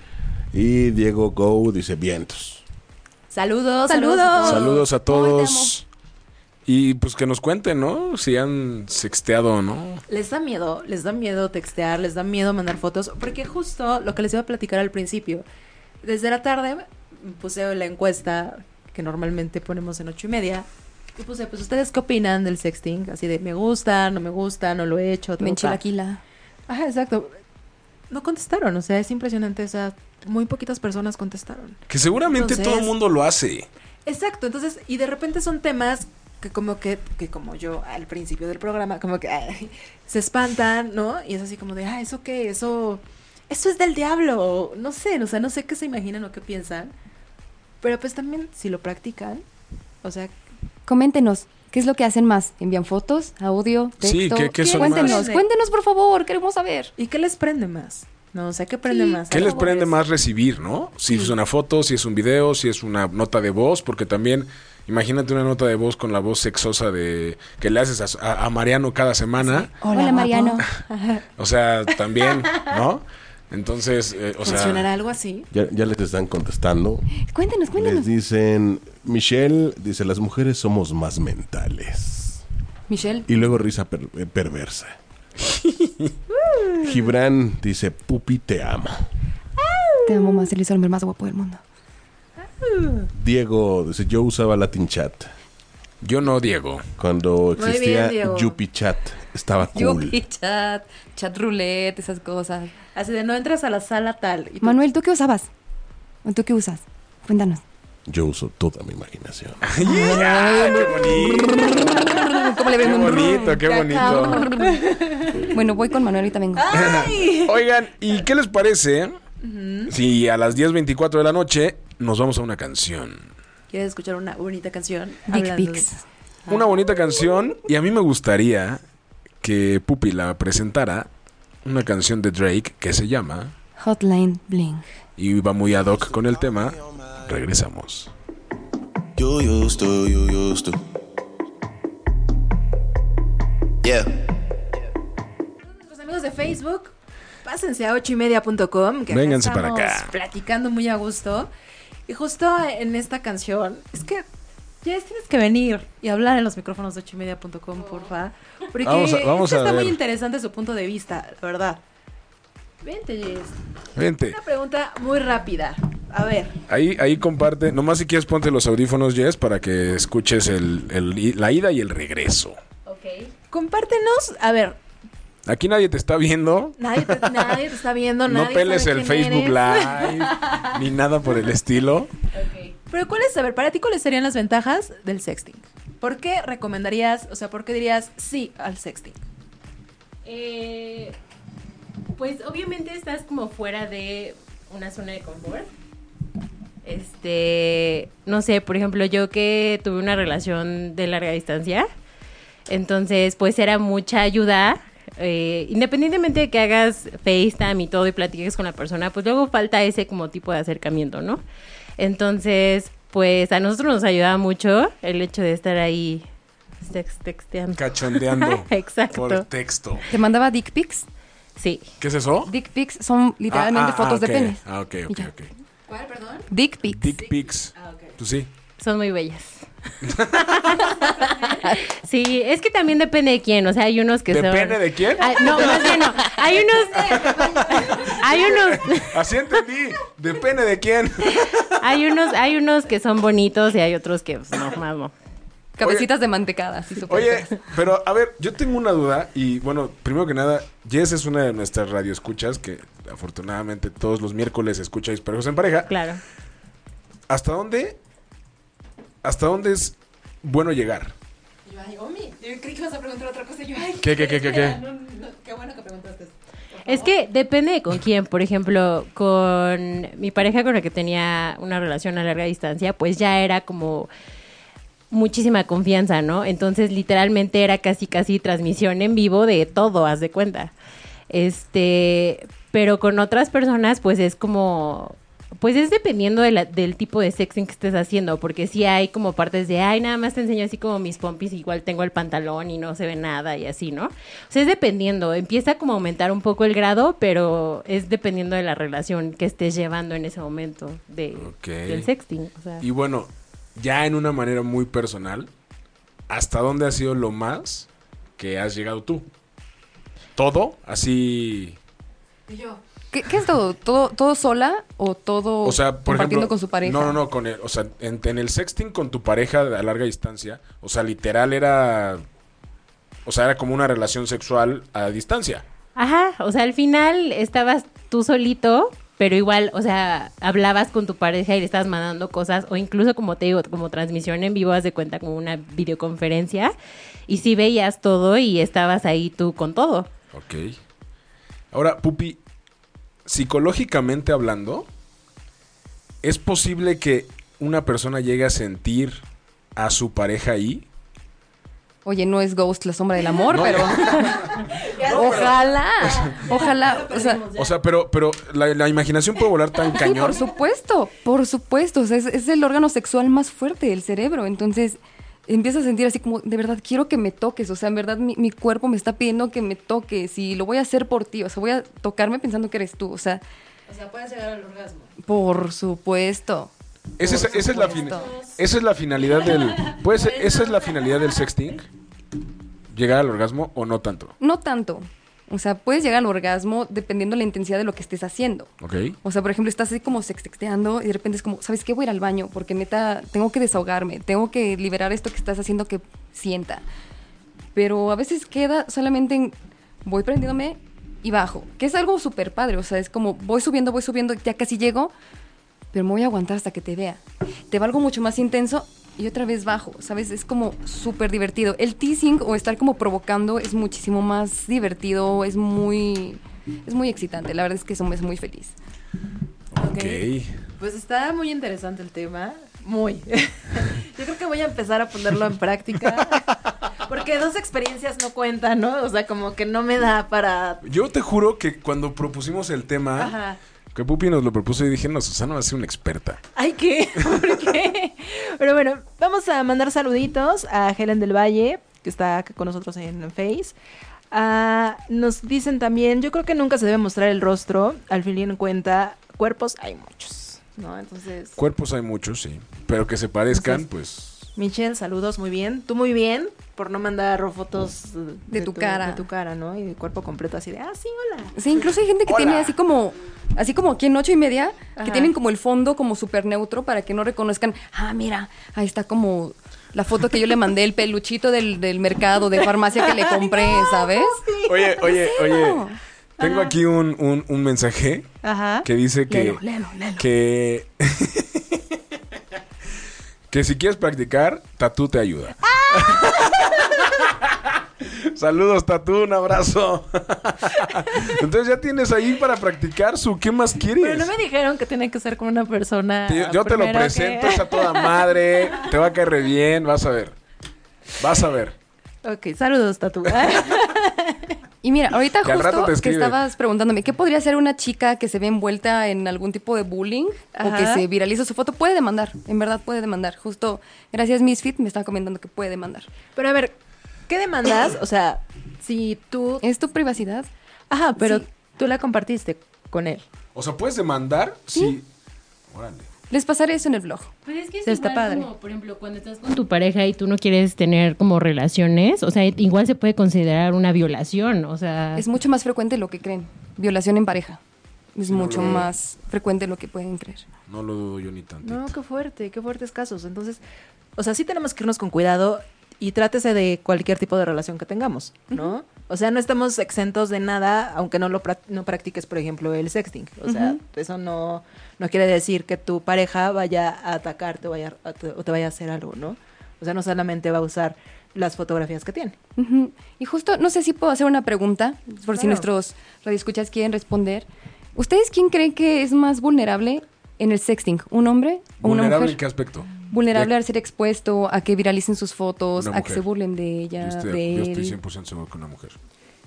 Speaker 1: Y Diego Go dice, vientos.
Speaker 3: Saludos,
Speaker 4: Saludos.
Speaker 3: saludos.
Speaker 2: Saludos a
Speaker 4: todos.
Speaker 2: todos. Y pues que nos cuenten, ¿no? Si han sexteado o no.
Speaker 3: Les da miedo, les da miedo textear, les da miedo mandar fotos, porque justo lo que les iba a platicar al principio, desde la tarde puse la encuesta que normalmente ponemos en ocho y media, y puse, pues, ¿ustedes qué opinan del sexting? Así de, me gusta, no me gusta, no lo he hecho.
Speaker 4: Me
Speaker 3: ta, ta.
Speaker 4: enchilaquila.
Speaker 3: Ajá, exacto. No contestaron, o sea, es impresionante, o sea, muy poquitas personas contestaron.
Speaker 2: Que seguramente
Speaker 3: Entonces-
Speaker 2: todo el mundo lo hace.
Speaker 3: Exacto, entonces, y de repente son temas que como que, que como yo al principio del programa, como que ay, se espantan, ¿no? Y es así como de, ah, ¿eso qué? Eso, eso es del diablo, o no sé, o sea, no sé qué se imaginan o qué piensan, pero pues también si lo practican, o sea,
Speaker 4: Coméntenos, ¿qué es lo que hacen más? ¿Envían fotos, audio, texto?
Speaker 2: Sí, ¿qué- qué son
Speaker 4: cuéntenos,
Speaker 3: más?
Speaker 4: cuéntenos, por favor, queremos saber.
Speaker 3: ¿y qué les prende más? No, o sea, ¿qué prende
Speaker 4: Sí.
Speaker 3: más?
Speaker 2: ¿Qué les
Speaker 4: Algo de
Speaker 2: prende
Speaker 4: eso.
Speaker 2: más recibir, no? Si es una foto, si es un video, si es una nota de voz, porque también imagínate una nota de voz con la voz sexosa de que le haces a, a- a Mariano cada semana,
Speaker 4: Hola, Mariano.
Speaker 2: o sea, también, ¿no? Entonces, eh, o
Speaker 3: ¿Funcionará
Speaker 2: sea,
Speaker 3: algo así?
Speaker 1: Ya, ya les están contestando.
Speaker 4: Cuéntenos,
Speaker 1: Les
Speaker 4: cuéntenos.
Speaker 1: dicen, Michelle, dice, las mujeres somos más mentales.
Speaker 4: Michelle.
Speaker 1: Y luego risa per- eh, perversa. Gibran dice, Pupi te ama.
Speaker 4: Te amo más, eres el hombre más guapo del mundo.
Speaker 1: Diego dice, yo usaba Latin Chat.
Speaker 2: yo no Diego.
Speaker 1: Cuando
Speaker 3: bien,
Speaker 1: existía
Speaker 3: Diego.
Speaker 1: Yupi Chat. Estaba cool.
Speaker 4: Yupi, chat, chat roulette, esas cosas.
Speaker 3: Así de, no entras a la sala tal. Y tú-
Speaker 4: Manuel, ¿tú qué usabas? ¿O tú qué usas? Cuéntanos.
Speaker 1: Yo uso toda mi imaginación.
Speaker 2: ¡Ay, ¡Qué bonito!
Speaker 4: ¿Cómo le
Speaker 2: ¡Qué
Speaker 4: ven?
Speaker 2: bonito, qué bonito!
Speaker 4: Bueno, voy con Manuel, ahorita vengo.
Speaker 2: Oigan, ¿y qué les parece si a las 10.24 de la noche nos vamos a una canción?
Speaker 3: ¿Quieres escuchar una bonita canción?
Speaker 4: Dick
Speaker 3: Hablando de-
Speaker 4: pics.
Speaker 2: Una bonita canción y a mí me gustaría que Pupi la presentara una canción de Drake que se llama
Speaker 4: Hotline Bling.
Speaker 2: y va muy ad hoc con el tema. Regresamos.
Speaker 7: You used to, you used to. Yeah.
Speaker 3: Nuestros amigos de Facebook, pásense a 8ymedia.com. Que acá
Speaker 2: Vénganse para
Speaker 3: estamos
Speaker 2: acá.
Speaker 3: Platicando muy a gusto. Y justo en esta canción, es que ya tienes que venir y hablar en los micrófonos de 8ymedia.com, porfa. Porque
Speaker 2: Vamos a- vamos
Speaker 3: este
Speaker 2: a
Speaker 3: está muy
Speaker 2: ver.
Speaker 3: interesante su punto de vista, la verdad. Vente, Jess.
Speaker 2: Vente,
Speaker 3: Una pregunta muy rápida. A ver,
Speaker 2: ahí, ahí comparte. Nomás si quieres ponte los audífonos, Jess, para que escuches el- el- la ida y el regreso.
Speaker 3: compártenos. A ver,
Speaker 2: Aquí nadie te está viendo.
Speaker 3: nadie te, nadie te está viendo,
Speaker 2: No,
Speaker 3: nadie
Speaker 2: peles
Speaker 3: sabe
Speaker 2: el
Speaker 3: quién
Speaker 2: Facebook
Speaker 3: eres.
Speaker 2: Live ni nada por el estilo.
Speaker 3: Pero ¿cuáles, a ver, para ti cuáles serían las ventajas del sexting? ¿Por qué recomendarías, o sea, por qué dirías sí al sexting?
Speaker 8: Eh, Pues obviamente estás como fuera de una zona de confort. Este, no sé, por ejemplo, yo que tuve una relación de larga distancia, entonces pues era mucha ayuda. eh, independientemente de que hagas FaceTime y todo y platiques con la persona, pues luego falta ese como tipo de acercamiento, ¿no? Entonces, pues a nosotros nos ayudaba mucho el hecho de estar ahí sex- texteando.
Speaker 2: Cachondeando.
Speaker 8: Exacto.
Speaker 2: Por texto.
Speaker 4: Te mandaba dick pics.
Speaker 8: Sí.
Speaker 2: ¿Qué es eso?
Speaker 4: Dick pics son literalmente
Speaker 2: Ah, ah, ah,
Speaker 4: fotos
Speaker 2: ok.
Speaker 4: de penes.
Speaker 2: Ah, ok, ok,
Speaker 4: Y ya.
Speaker 2: ok.
Speaker 3: ¿Cuál, perdón?
Speaker 4: Dick pics.
Speaker 2: Dick pics. Pues sí.
Speaker 8: Son muy bellas. sí, es que también depende de quién, o sea, hay unos que son...
Speaker 2: ¿Depende de quién?
Speaker 8: Ay, no, más bien no. Hay unos... hay unos...
Speaker 2: Así entendí. Depende de quién.
Speaker 8: Hay unos, hay unos que son bonitos y hay otros que pues, no, más no.
Speaker 4: Cabecitas de mantecada, así súper
Speaker 2: Oye,
Speaker 4: feas.
Speaker 2: pero a ver, yo tengo una duda y bueno, primero que nada, Jess es una de nuestras radioescuchas que afortunadamente todos los miércoles escucha Disparejos en Pareja.
Speaker 8: Claro.
Speaker 2: ¿Hasta dónde? ¿Hasta dónde es bueno llegar?
Speaker 3: Yo, ay, Omi, yo creí que ibas a preguntar otra cosa. Yo, ay,
Speaker 2: ¿Qué, qué, qué, qué,
Speaker 3: espera,
Speaker 2: qué?
Speaker 3: no, no, qué bueno que preguntaste.
Speaker 8: Es que depende de con quién. Por ejemplo, con mi pareja con la que tenía una relación a larga distancia, pues ya era como muchísima confianza, ¿no? Entonces, literalmente era casi, casi transmisión en vivo de todo, haz de cuenta. Este, pero con otras personas, pues es como. Pues es dependiendo de la- del tipo de sexting que estés haciendo, porque sí hay como partes de, ay, nada más te enseño así como mis pompis, igual tengo el pantalón y no se ve nada y así, ¿no? O sea, es dependiendo, empieza como a aumentar un poco el grado, pero es dependiendo de la relación que estés llevando en ese momento de,
Speaker 2: Ok.
Speaker 8: del sexting. o sea.
Speaker 2: Y bueno, ya en una manera muy personal, ¿hasta dónde ha sido lo más que has llegado tú? ¿Todo? Así...
Speaker 3: Y yo,
Speaker 4: ¿Qué, qué es todo? todo? ¿Todo sola o todo
Speaker 2: O sea, por
Speaker 4: compartiendo
Speaker 2: ejemplo,
Speaker 4: con su pareja?
Speaker 2: No, no, no, con el, o sea, en, en el sexting con tu pareja a larga distancia, o sea, literal era o sea, era como una relación sexual a distancia.
Speaker 8: Ajá, o sea, al final estabas tú solito, pero igual, o sea, hablabas con tu pareja y le estabas mandando cosas, o incluso como te digo, como transmisión en vivo, haz de cuenta como una videoconferencia, y sí veías todo y estabas ahí tú con todo.
Speaker 2: Ok. Ahora, Pupi, psicológicamente hablando, ¿es posible que una persona llegue a sentir a su pareja ahí?
Speaker 4: Oye, no es Ghost, la sombra del amor, pero... ojalá, ojalá, o sea...
Speaker 2: O sea, pero, pero la, la imaginación puede volar tan
Speaker 4: Sí,
Speaker 2: cañón.
Speaker 4: por supuesto, por supuesto. O sea, es, es el órgano sexual más fuerte del cerebro. Entonces empiezas a sentir así como, de verdad, quiero que me toques. O sea, en verdad mi, mi cuerpo me está pidiendo que me toques y lo voy a hacer por ti. O sea, voy a tocarme pensando que eres tú. O sea,
Speaker 3: o sea, puedes llegar al orgasmo.
Speaker 4: por supuesto.
Speaker 2: Esa es,
Speaker 4: Por
Speaker 2: esa es la fin-
Speaker 4: supuesto.
Speaker 2: esa es la finalidad del. Pues esa es la finalidad del sexting. Llegar al orgasmo o no tanto.
Speaker 4: No tanto. O sea, puedes llegar al orgasmo dependiendo la intensidad de lo que estés haciendo.
Speaker 2: ¿Ok?
Speaker 4: O sea, por ejemplo, estás así como sexteando y de repente es como, ¿sabes qué? Voy a ir al baño porque neta tengo que desahogarme, tengo que liberar esto que estás haciendo que sienta. Pero a veces queda solamente en voy prendiéndome y bajo, que es algo súper padre. O sea, es como voy subiendo, voy subiendo, ya casi llego, pero me voy a aguantar hasta que te vea. Te va algo mucho más intenso y otra vez bajo, ¿sabes? Es como súper divertido. El teasing o estar como provocando es muchísimo más divertido, es muy, es muy excitante. La verdad es que eso me hace muy feliz.
Speaker 3: Pues está muy interesante el tema. Muy. Yo creo que voy a empezar a ponerlo en práctica. Porque dos experiencias no cuentan, ¿no? O sea, como que no me da para.
Speaker 2: Yo te juro que cuando propusimos el tema,
Speaker 3: Ajá.
Speaker 2: que Pupi nos lo propuso y dije, no, Susana va a ser una experta.
Speaker 3: Ay, ¿qué? ¿Por qué? Pero bueno, vamos a mandar saluditos a Helen del Valle, que está acá con nosotros en Face. Ah, nos dicen también, yo creo que nunca se debe mostrar el rostro, al fin y en cuenta, cuerpos hay muchos, ¿no? Entonces,
Speaker 2: Cuerpos hay muchos, sí. Pero que se parezcan, pues.
Speaker 3: Michelle, saludos, muy bien. Tú muy bien, por no mandar fotos eh,
Speaker 4: De tu cara.
Speaker 3: De tu cara, ¿no? Y de cuerpo completo así de, ah, sí, hola.
Speaker 4: Sí, incluso hay gente que tiene así como, así como aquí en ocho y media, que
Speaker 3: Ajá.
Speaker 4: tienen como el fondo como súper neutro para que no reconozcan, ah, mira, ahí está como la foto que yo le mandé, el peluchito del, del mercado, de farmacia que le compré, ¿sabes?
Speaker 2: Oye, oye, oye.
Speaker 4: no.
Speaker 2: Tengo aquí un, un- un mensaje
Speaker 3: Ajá.
Speaker 2: que dice que.
Speaker 3: Léelo, léelo, léelo.
Speaker 2: Que. que si quieres practicar, tatú te ayuda. Saludos, Tatú, un abrazo. Entonces ya tienes ahí para practicar su ¿qué más quieres?
Speaker 3: Pero no me dijeron que tiene que ser con una persona.
Speaker 2: Te- yo te lo
Speaker 3: primero que-
Speaker 2: presento, está toda madre, te va a caer re bien, vas a ver. Vas a ver.
Speaker 3: Ok, saludos, Tatu.
Speaker 4: Y mira, ahorita
Speaker 2: Que al rato
Speaker 4: justo
Speaker 2: te
Speaker 4: que
Speaker 2: escribe.
Speaker 4: estabas preguntándome, ¿qué podría hacer una chica que se ve envuelta en algún tipo de bullying o que
Speaker 3: Ajá.
Speaker 4: se viraliza su foto? Puede demandar, en verdad puede demandar. Justo gracias Misfit me está comentando que puede demandar.
Speaker 6: Pero a ver,
Speaker 3: ¿Qué demandas? O sea, si tú.
Speaker 4: ¿Es tu privacidad?
Speaker 3: Ajá, pero
Speaker 4: Sí.
Speaker 3: tú la compartiste con él.
Speaker 2: O sea, puedes demandar si. Órale.
Speaker 4: Les pasaré eso en el blog.
Speaker 8: Pues es que es
Speaker 3: Sí, está
Speaker 8: igual
Speaker 3: padre.
Speaker 8: como, por ejemplo, cuando estás con tu pareja y tú no quieres tener como relaciones, o sea, igual se puede considerar una violación, o sea...
Speaker 4: Es mucho más frecuente de lo que creen. Violación en pareja. Es mucho más frecuente de lo que pueden creer.
Speaker 2: No lo dudo yo ni tanto.
Speaker 3: No, qué fuerte, qué fuertes casos. Entonces, o sea, sí tenemos que irnos con cuidado y trátese de cualquier tipo de relación que tengamos, ¿no? O sea, no estamos exentos de nada, aunque no lo prac- no practiques, por ejemplo, el sexting. O sea, eso no, no quiere decir que tu pareja vaya a atacarte o, vaya a- te- o te vaya a hacer algo, ¿no? O sea, no solamente va a usar las fotografías que tiene.
Speaker 4: Ujú. Y justo, no sé si puedo hacer una pregunta, por si
Speaker 3: Claro.
Speaker 4: nuestros radioescuchas quieren responder. ¿Ustedes quién creen que es más vulnerable en el sexting? ¿Un hombre o una
Speaker 2: ¿Vulnerable en
Speaker 4: mujer?
Speaker 2: qué aspecto?
Speaker 4: Vulnerable
Speaker 2: Ya-
Speaker 4: al ser expuesto, a que viralicen sus fotos,
Speaker 2: Una
Speaker 4: a que
Speaker 2: mujer.
Speaker 4: se burlen de ella,
Speaker 2: Yo estoy,
Speaker 4: de
Speaker 2: yo
Speaker 4: él.
Speaker 2: estoy 100% seguro que una mujer.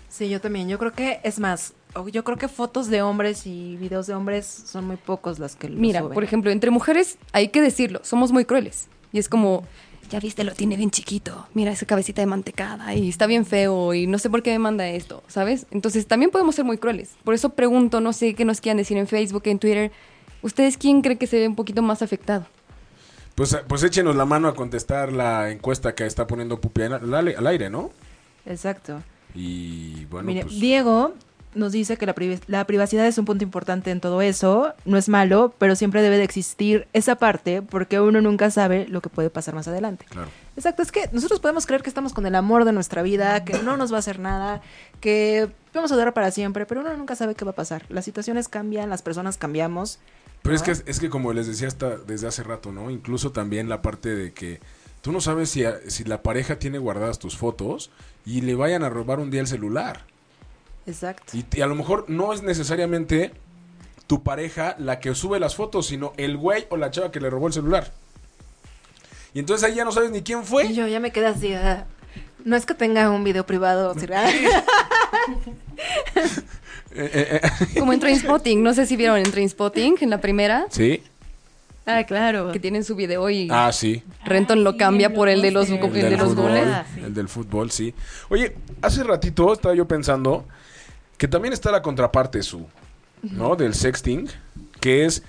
Speaker 3: Sí, yo también. Yo creo que, es más, o- yo creo que fotos de hombres y videos de hombres son muy pocos las que lo
Speaker 4: Mira,
Speaker 3: suben.
Speaker 4: por ejemplo, entre mujeres hay que decirlo, somos muy crueles. Y es como, ya viste, lo tiene bien chiquito. Mira esa cabecita de mantecada y está bien feo y no sé por qué me manda esto, ¿sabes? Entonces también podemos ser muy crueles. Por eso pregunto, no sé qué nos quieran decir en Facebook, en Twitter. ¿Ustedes quién cree que se ve un poquito más afectado?
Speaker 2: Pues, eh, pues échenos la mano a contestar la encuesta que está poniendo Pupi al, al- al aire, ¿no?
Speaker 3: Exacto.
Speaker 2: Y bueno,
Speaker 3: Mire,
Speaker 2: pues.
Speaker 3: Diego nos dice que la, privi- la privacidad es un punto importante en todo eso, no es malo, pero siempre debe de existir esa parte porque uno nunca sabe lo que puede pasar más adelante.
Speaker 2: Claro.
Speaker 3: Exacto, es que nosotros podemos creer que estamos con el amor de nuestra vida, que no nos va a hacer nada, que vamos a durar para siempre, pero uno nunca sabe qué va a pasar. Las situaciones cambian, las personas cambiamos.
Speaker 2: Pero es que es que como les decía hasta desde hace rato, ¿no? Incluso también la parte de que tú no sabes si, a- si la pareja tiene guardadas tus fotos y le vayan a robar un día el celular.
Speaker 3: Exacto.
Speaker 2: Y, y a lo mejor no es necesariamente tu pareja la que sube las fotos, sino el güey o la chava que le robó el celular. Y entonces ahí ya no sabes ni quién
Speaker 6: Y
Speaker 2: fue.
Speaker 6: yo ya me quedé así. ah, No es que tenga un video privado. o sea,
Speaker 2: Eh, eh, eh.
Speaker 4: Como en Trainspotting, no sé si vieron en Trainspotting, en la primera,
Speaker 2: Sí.
Speaker 3: Ah, claro.
Speaker 4: que tienen su video y
Speaker 2: Ah, sí.
Speaker 4: Renton lo
Speaker 8: sí,
Speaker 4: cambia por el de los,
Speaker 8: el
Speaker 4: el
Speaker 2: El,
Speaker 4: de
Speaker 2: del
Speaker 4: los
Speaker 2: fútbol,
Speaker 4: goles.
Speaker 2: el del fútbol, sí. Oye, hace ratito estaba yo pensando que también está la contraparte su, ¿no? Del sexting, que es,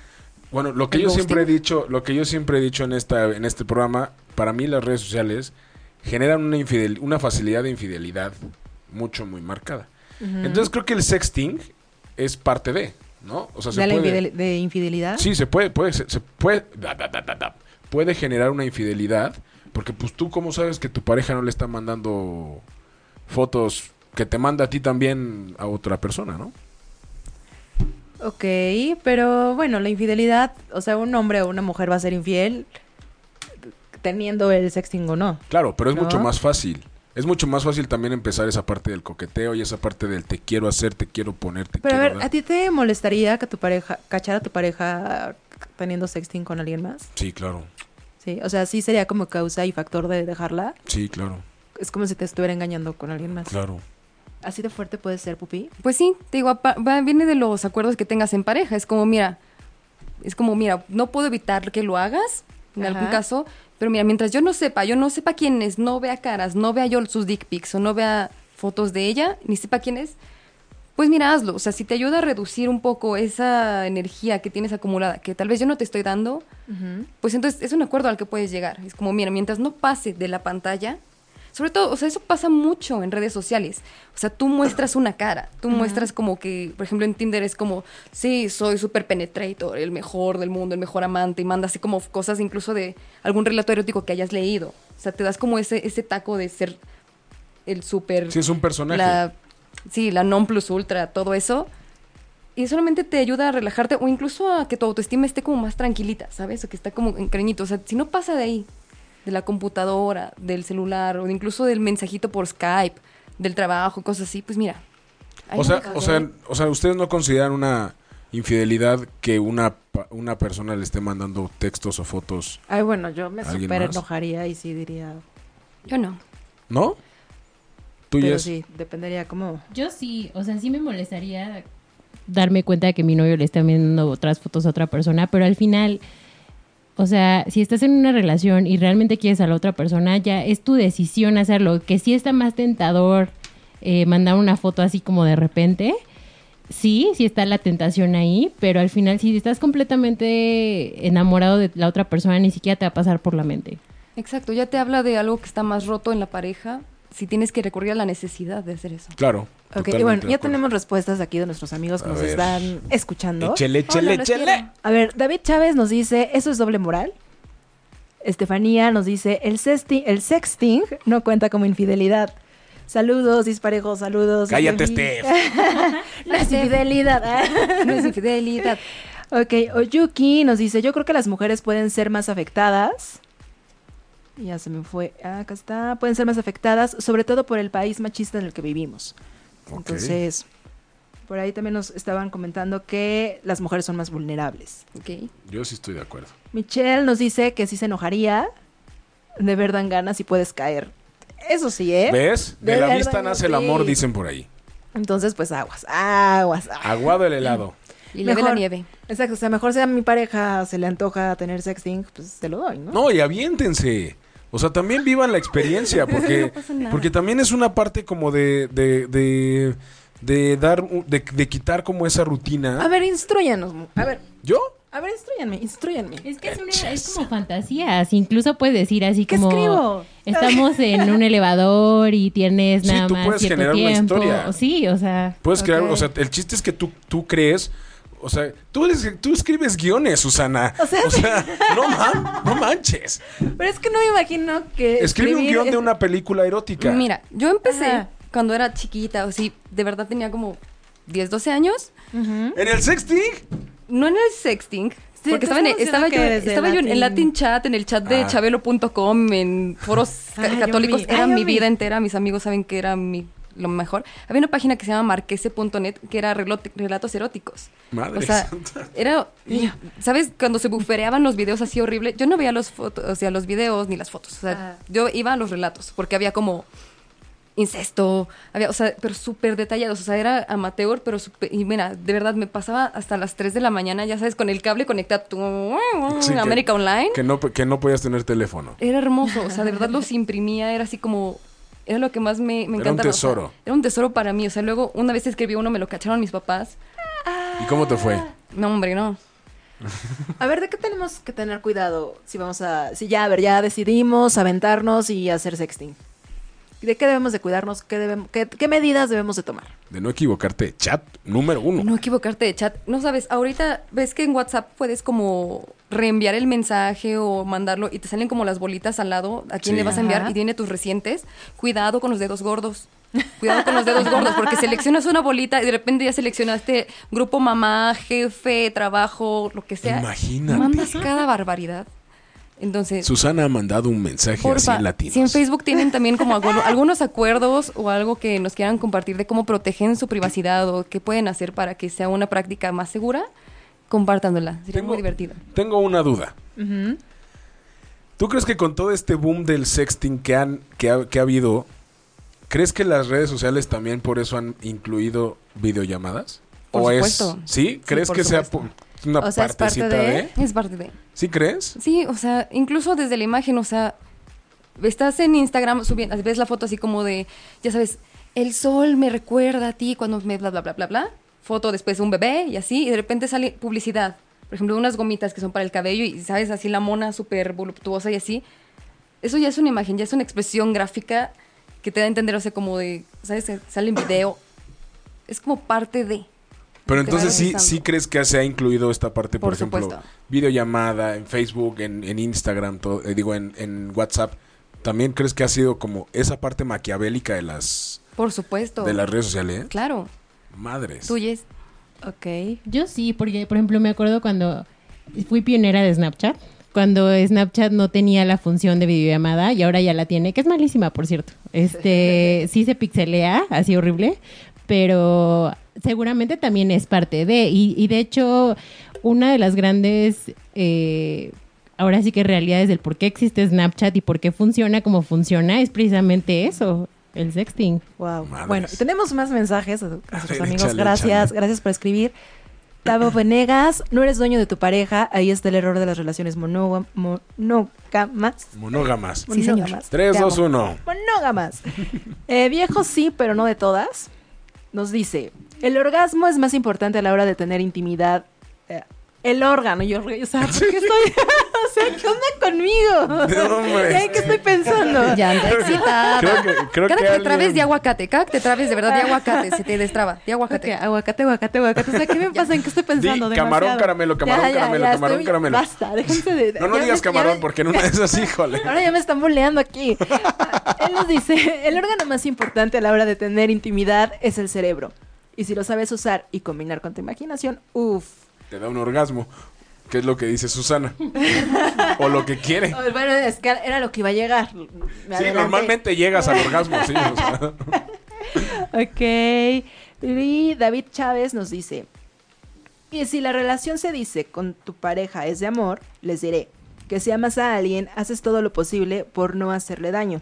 Speaker 2: bueno, lo que
Speaker 4: ¿El
Speaker 2: yo
Speaker 4: ghosting?
Speaker 2: siempre he dicho, lo que yo siempre he dicho en esta, en este programa, para mí las redes sociales generan una infidel, una facilidad de infidelidad mucho muy marcada. Entonces creo que el sexting es parte de, ¿no? O sea, se
Speaker 3: de, la
Speaker 2: puede-
Speaker 3: infidel- de infidelidad.
Speaker 2: Sí, se puede, puede, se, se puede, da, da, da, da, da. puede generar una infidelidad, porque pues tú cómo sabes que tu pareja no le está mandando fotos que te manda a ti también a otra persona, ¿no?
Speaker 3: Ok, pero bueno, la infidelidad, o sea, un hombre o una mujer va a ser infiel teniendo el sexting o no.
Speaker 2: Claro, pero es
Speaker 3: No.
Speaker 2: mucho más fácil. Es mucho más fácil también empezar esa parte del coqueteo y esa parte del te quiero hacer, te quiero poner, te
Speaker 3: Pero a
Speaker 2: quiero
Speaker 3: ver,
Speaker 2: dar.
Speaker 3: ¿a ti te molestaría que tu pareja, cachara a tu pareja teniendo sexting con alguien más?
Speaker 2: Sí, claro.
Speaker 3: Sí, o sea, sí sería como causa y factor de dejarla.
Speaker 2: Sí, claro.
Speaker 3: Es como si te estuviera engañando con alguien más.
Speaker 2: Claro.
Speaker 3: Así de fuerte puede ser, pupi.
Speaker 4: Pues sí, te digo, apa- va- viene de los acuerdos que tengas en pareja. Es como, mira, es como, mira, no puedo evitar que lo hagas, en algún
Speaker 3: Ajá.
Speaker 4: caso, pero mira, mientras yo no sepa, yo no sepa quién es, no vea caras, no vea yo sus dick pics o no vea fotos de ella, ni sepa quién es, pues mira, hazlo. O sea, si te ayuda a reducir un poco esa energía que tienes acumulada, que tal vez yo no te estoy dando, pues entonces es un acuerdo al que puedes llegar. Es como, mira, mientras no pase de la pantalla, sobre todo, o sea, eso pasa mucho en redes sociales. O sea, tú muestras una cara, tú muestras como que, por ejemplo, en Tinder es como, sí, soy súper penetrator, el mejor del mundo, el mejor amante, y manda así como cosas incluso de algún relato erótico que hayas leído. O sea, te das como ese, ese taco de ser el súper...
Speaker 2: Sí, es un personaje.
Speaker 4: La, sí, la non plus ultra, todo eso. Y solamente te ayuda a relajarte o incluso a que tu autoestima esté como más tranquilita, ¿sabes? O que está como en creñito. O sea, si no pasa de ahí, de la computadora, del celular o incluso del mensajito por Skype, del trabajo, cosas así, pues mira. ahí
Speaker 2: O sea,
Speaker 4: me cagué.
Speaker 2: o, sea, o sea, ¿ustedes no consideran una infidelidad que una, pa- una persona le esté mandando textos o fotos?
Speaker 3: Ay, bueno, yo me
Speaker 2: ¿Alguien
Speaker 3: súper
Speaker 2: más?
Speaker 3: enojaría y sí diría.
Speaker 4: Yo no.
Speaker 2: ¿No? ¿Tú
Speaker 3: Pero
Speaker 2: Jess?
Speaker 3: sí, dependería como.
Speaker 8: Yo sí, o sea, sí me molestaría darme cuenta de que mi novio le está viendo otras fotos a otra persona, pero al final, o sea, si estás en una relación y realmente quieres a la otra persona, ya es tu decisión hacerlo. Que sí está más tentador eh, mandar una foto así como de repente. Sí, sí está la tentación ahí, pero al final si estás completamente enamorado de la otra persona, ni siquiera te va a pasar por la mente.
Speaker 4: Exacto, ya te habla de algo que está más roto en la pareja, si tienes que recurrir a la necesidad de hacer eso.
Speaker 2: Claro.
Speaker 3: Ok,
Speaker 2: totalmente
Speaker 3: y bueno,
Speaker 2: de
Speaker 3: ya
Speaker 2: acuerdo.
Speaker 3: tenemos respuestas aquí de nuestros amigos que
Speaker 2: A
Speaker 3: nos
Speaker 2: ver.
Speaker 3: están escuchando.
Speaker 2: Échele, échele,
Speaker 4: Hola, los
Speaker 2: échele.
Speaker 4: quiero.
Speaker 3: A ver, David Chávez nos dice, ¿eso es doble moral? Estefanía nos dice, el sexting, el sexting no cuenta como infidelidad. Saludos, disparejos, saludos.
Speaker 2: Cállate,
Speaker 3: Steve.
Speaker 2: Steph.
Speaker 3: No es infidelidad. ah.
Speaker 4: No es infidelidad.
Speaker 3: ok, Oyuki nos dice, yo creo que las mujeres pueden ser más afectadas. Ya se me fue. Ah, Acá está. Pueden ser más afectadas, sobre todo por el país machista en el que vivimos.
Speaker 2: Ok.
Speaker 3: Entonces, por ahí también nos estaban comentando que las mujeres son más vulnerables.
Speaker 4: Ok.
Speaker 2: Yo sí estoy de acuerdo.
Speaker 3: Michelle nos dice que sí se enojaría. De ver dan ganas y puedes caer. Eso sí, ¿eh?
Speaker 2: ¿Ves? De,
Speaker 3: De
Speaker 2: la
Speaker 3: verdad,
Speaker 2: vista nace el
Speaker 3: sí.
Speaker 2: amor, dicen por ahí.
Speaker 3: Entonces, pues aguas, aguas. aguas.
Speaker 2: Aguado el helado.
Speaker 4: Y le ve la
Speaker 3: Mejor.
Speaker 4: nieve.
Speaker 3: Exacto, o sea, mejor sea mi pareja, se le antoja tener sexting, pues se lo doy, ¿no?
Speaker 2: No, y aviéntense. O sea, también vivan la experiencia, porque,
Speaker 4: No pasa nada.
Speaker 2: porque también es una parte como de, de, de, de dar, un- de, de quitar como esa rutina.
Speaker 3: A ver, instruyanos. mu- A ver,
Speaker 2: ¿Yo?
Speaker 3: a ver, instruyanme, instruyanme.
Speaker 8: Es que es, una, es como fantasías, incluso puedes decir así
Speaker 3: ¿Qué
Speaker 8: como
Speaker 3: escribo?
Speaker 8: estamos en un elevador y tienes
Speaker 2: Sí,
Speaker 8: nada
Speaker 2: tú
Speaker 8: más
Speaker 2: puedes
Speaker 8: cierto
Speaker 2: generar una
Speaker 8: tiempo.
Speaker 2: historia.
Speaker 8: Sí, o sea,
Speaker 2: Puedes crear,
Speaker 3: Ok.
Speaker 2: o sea, el chiste es que tú, tú crees, o sea, tú, eres- tú escribes guiones, Susana. O sea, no, man- no manches.
Speaker 3: Pero es que no me imagino que.
Speaker 2: Escribe un
Speaker 3: escribir
Speaker 2: guión de
Speaker 3: es-
Speaker 2: una película erótica.
Speaker 4: Mira, yo empecé
Speaker 3: Ajá.
Speaker 4: cuando era chiquita, o sí, de verdad tenía como 10, 12 años.
Speaker 2: ¿En el sexting?
Speaker 4: No en el sexting.
Speaker 3: Sí,
Speaker 4: porque
Speaker 3: te
Speaker 4: estaba, en,
Speaker 3: estamos
Speaker 4: estaba yo,
Speaker 3: diciendo que desde
Speaker 4: estaba yo en el
Speaker 3: Latin.
Speaker 4: Latin Chat, en el chat de
Speaker 2: Ah.
Speaker 4: chabelo.com, en foros ca-
Speaker 3: Ah, yo
Speaker 4: católicos.
Speaker 3: vi,
Speaker 4: Era
Speaker 3: ah, yo
Speaker 4: mi
Speaker 3: vi.
Speaker 4: vida entera, mis amigos saben que era mi, lo mejor. Había una página que se llama marquese.net que era relo- relatos eróticos.
Speaker 2: Madre
Speaker 4: o sea,
Speaker 2: santa.
Speaker 4: era, ¿sabes? Cuando se bufereaban los videos así horrible, yo no veía los fotos, o sea, los videos ni las fotos. O
Speaker 3: Ah.
Speaker 4: sea, yo iba a los relatos, porque había como incesto, había, o sea, pero súper detallados, o sea, era amateur, pero súper, y mira, de verdad, me pasaba hasta las 3 de la mañana, ya sabes, con el cable conectado, tu-
Speaker 2: Sí, que-
Speaker 4: Mm, América Online,
Speaker 2: Que no, que no podías tener teléfono.
Speaker 4: era hermoso, o sea, de verdad los imprimía, era así como, era lo que más me, me
Speaker 2: un
Speaker 4: encantaba. o sea,
Speaker 2: tesoro.
Speaker 4: era un tesoro para mí, o sea, luego una vez escribí uno, me lo cacharon mis papás,
Speaker 2: ¿Y cómo te fue?
Speaker 4: no, hombre, no.
Speaker 3: A ver, ¿de qué tenemos que tener cuidado si vamos a. Si ya, a ver, ya decidimos aventarnos y hacer sexting? ¿De qué debemos de cuidarnos? ¿Qué, debem- qué- qué medidas debemos de tomar?
Speaker 2: De no equivocarte, chat número uno.
Speaker 4: No equivocarte de chat. No sabes, ahorita ves que en WhatsApp puedes como reenviar el mensaje o mandarlo y te salen como las bolitas al lado a quién
Speaker 2: Sí.
Speaker 4: le vas a enviar
Speaker 3: Ajá.
Speaker 4: y tiene tus recientes. Cuidado con los dedos gordos. Cuidado con los dedos gordos porque seleccionas una bolita y de repente ya seleccionaste grupo mamá, jefe, trabajo, lo que sea.
Speaker 2: Imagínate.
Speaker 4: Mandas cada barbaridad. Entonces,
Speaker 2: Susana ha mandado un mensaje así
Speaker 4: Porfa,
Speaker 2: en latino.
Speaker 4: si en Facebook tienen también como alguno- algunos acuerdos o algo que nos quieran compartir de cómo protegen su privacidad o qué pueden hacer para que sea una práctica más segura, compártandola. Sería muy divertido.
Speaker 2: Tengo una duda. ¿Tú crees que con todo este boom del sexting que, han, que, ha, que ha habido, ¿crees que las redes sociales también por eso han incluido videollamadas?
Speaker 4: Por
Speaker 2: ¿O
Speaker 4: supuesto.
Speaker 2: es, ¿Sí?
Speaker 4: Sí,
Speaker 2: ¿Crees
Speaker 4: por
Speaker 2: que sea
Speaker 4: supuesto.
Speaker 2: pu- una
Speaker 3: O sea, es parte
Speaker 2: partecita
Speaker 3: de-
Speaker 2: de...
Speaker 4: ¿Eh? Es parte de...
Speaker 2: ¿Sí crees?
Speaker 4: Sí, o sea, incluso desde la imagen, o sea, estás en Instagram subiendo, ves la foto así como de, ya sabes, el sol me recuerda a ti cuando me bla bla bla bla bla, foto después de un bebé y así, y de repente sale publicidad, por ejemplo, unas gomitas que son para el cabello y sabes así la mona súper voluptuosa y así. Eso ya es una imagen, ya es una expresión gráfica que te da a entender, o sea, como de, sabes, sale en video. Es como parte de.
Speaker 2: Pero
Speaker 4: te va
Speaker 2: entonces sí,
Speaker 4: avisando.
Speaker 2: sí crees que se ha incluido esta parte, por,
Speaker 4: Por
Speaker 2: ejemplo,
Speaker 4: supuesto.
Speaker 2: videollamada, en Facebook, en, en Instagram, todo, eh, digo, en, en WhatsApp. ¿También crees que ha sido como esa parte maquiavélica de las,
Speaker 4: Por supuesto.
Speaker 2: de las redes sociales?
Speaker 4: Claro,
Speaker 2: Madres.
Speaker 4: tuyes.
Speaker 3: Ok.
Speaker 8: Yo sí, porque por ejemplo me acuerdo cuando fui pionera de Snapchat cuando Snapchat no tenía la función de videollamada y ahora ya la tiene, que es malísima, por cierto. Este, sí se pixelea, así horrible, pero seguramente también es parte de, y, y de hecho, una de las grandes, eh, ahora sí que realidades del por qué existe Snapchat y por qué funciona como funciona, es precisamente eso, el sexting.
Speaker 3: Wow.
Speaker 2: Madres.
Speaker 3: Bueno, tenemos más mensajes a a
Speaker 2: ver,
Speaker 3: nuestros amigos.
Speaker 2: échale,
Speaker 3: gracias,
Speaker 2: échale.
Speaker 3: gracias por escribir. Tavo Venegas, no eres dueño de tu pareja. Ahí está el error de las relaciones monógam- monógamas.
Speaker 2: Monógamas.
Speaker 4: Sí, señor.
Speaker 3: Monógamas.
Speaker 2: 3,
Speaker 3: Te amo.
Speaker 2: 2, 1.
Speaker 3: Monógamas. Eh, viejo sí, pero no de todas. Nos dice, el orgasmo es más importante a la hora de tener intimidad. Eh, el órgano, yo, o sea, ¿por qué estoy? o sea, ¿qué onda conmigo?
Speaker 2: No, hombre.
Speaker 3: ¿Eh, ¿Qué estoy pensando?
Speaker 4: Ya anda excitada.
Speaker 2: Creo que- creo
Speaker 4: cada
Speaker 2: que
Speaker 4: que, te trabes
Speaker 2: alguien-
Speaker 4: de aguacate, cada que te trabes de verdad de aguacate, se te destraba, de aguacate.
Speaker 3: Aguacate, aguacate, aguacate, aguacate. O sea, ¿qué me pasa? ¿En qué estoy pensando?
Speaker 2: Di camarón,
Speaker 3: Demasiado.
Speaker 2: caramelo, camarón, caramelo, camarón, caramelo.
Speaker 3: Basta, déjense de.
Speaker 2: No, no
Speaker 3: ya
Speaker 2: digas
Speaker 3: me-
Speaker 2: camarón
Speaker 3: ya-
Speaker 2: porque en una de esas, híjole.
Speaker 3: Ahora ya me están boleando aquí. Él nos dice: el órgano más importante a la hora de tener intimidad es el cerebro. Y si lo sabes usar y combinar con tu imaginación, uff.
Speaker 2: Te da un orgasmo, que es lo que dice Susana. o lo que quiere.
Speaker 3: Bueno, es que era lo que iba a llegar. Me
Speaker 2: Eh. Sí,
Speaker 3: adelanté.
Speaker 2: normalmente llegas al orgasmo, sí. o sea.
Speaker 3: Ok. Y David Chávez nos dice: Y si la relación se dice con tu pareja es de amor, les diré que si amas a alguien, haces todo lo posible por no hacerle daño.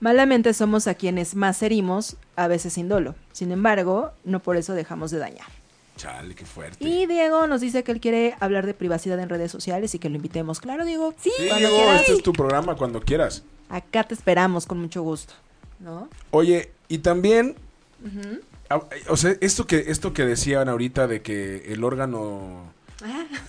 Speaker 3: Malamente somos a quienes más herimos, a veces sin dolo. Sin embargo, no por eso dejamos de dañar.
Speaker 2: Chale, qué fuerte.
Speaker 3: Y Diego nos dice que él quiere hablar de privacidad en redes sociales y que lo invitemos. Claro, Diego.
Speaker 2: Sí,
Speaker 3: cuando
Speaker 2: Diego,
Speaker 3: quieras.
Speaker 2: este es tu programa cuando quieras.
Speaker 3: Acá te esperamos con mucho gusto. ¿No?
Speaker 2: Oye, y también, ah, o sea, esto que, esto que decían ahorita de que el órgano,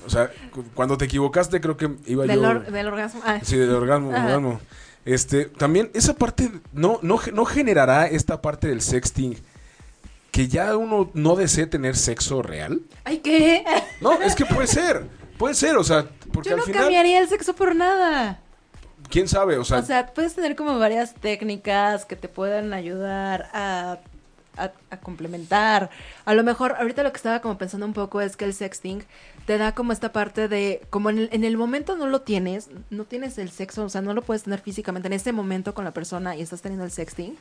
Speaker 2: o sea, cu- cuando te equivocaste creo que iba
Speaker 3: Ah. Del,
Speaker 2: yo...
Speaker 3: or- del orgasmo. Ah.
Speaker 2: Sí, del orgasmo,
Speaker 3: Ajá.
Speaker 2: orgasmo. Este, también esa parte, no, no, ge- no generará esta parte del sexting que ya uno no desee tener sexo real.
Speaker 3: Ay, ¿qué?
Speaker 2: No, es que puede ser, puede ser, o sea, porque
Speaker 3: Yo
Speaker 2: al
Speaker 3: no
Speaker 2: final,
Speaker 3: cambiaría el sexo por nada.
Speaker 2: quién sabe, o sea,
Speaker 3: O sea, puedes tener como varias técnicas que te pueden ayudar a, a- a complementar. A lo mejor, ahorita lo que estaba como pensando un poco es que el sexting te da como esta parte de, como en el, en el momento no lo tienes, no tienes el sexo, o sea, no lo puedes tener físicamente en ese momento con la persona y estás teniendo el sexting,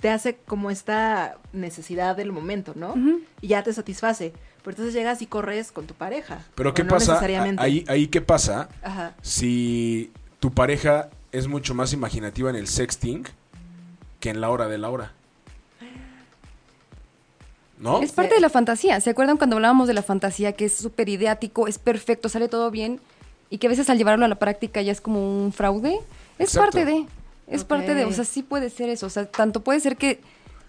Speaker 3: te hace como esta necesidad del momento, ¿no? Y ya te satisface. Pero entonces llegas y corres con tu pareja.
Speaker 2: pero
Speaker 3: o
Speaker 2: qué
Speaker 3: no
Speaker 2: pasa,
Speaker 3: necesariamente.
Speaker 2: ahí, ahí qué pasa
Speaker 3: Ajá.
Speaker 2: si tu pareja es mucho más imaginativa en el sexting que en la hora de la hora. ¿No?
Speaker 4: Es parte de la fantasía. ¿Se acuerdan cuando hablábamos de la fantasía que es súper ideático, es perfecto, sale todo bien y que a veces al llevarlo a la práctica ya es como un fraude? Es
Speaker 2: Exacto.
Speaker 4: parte de. Es parte de. O sea, sí puede ser eso. O sea, tanto puede ser que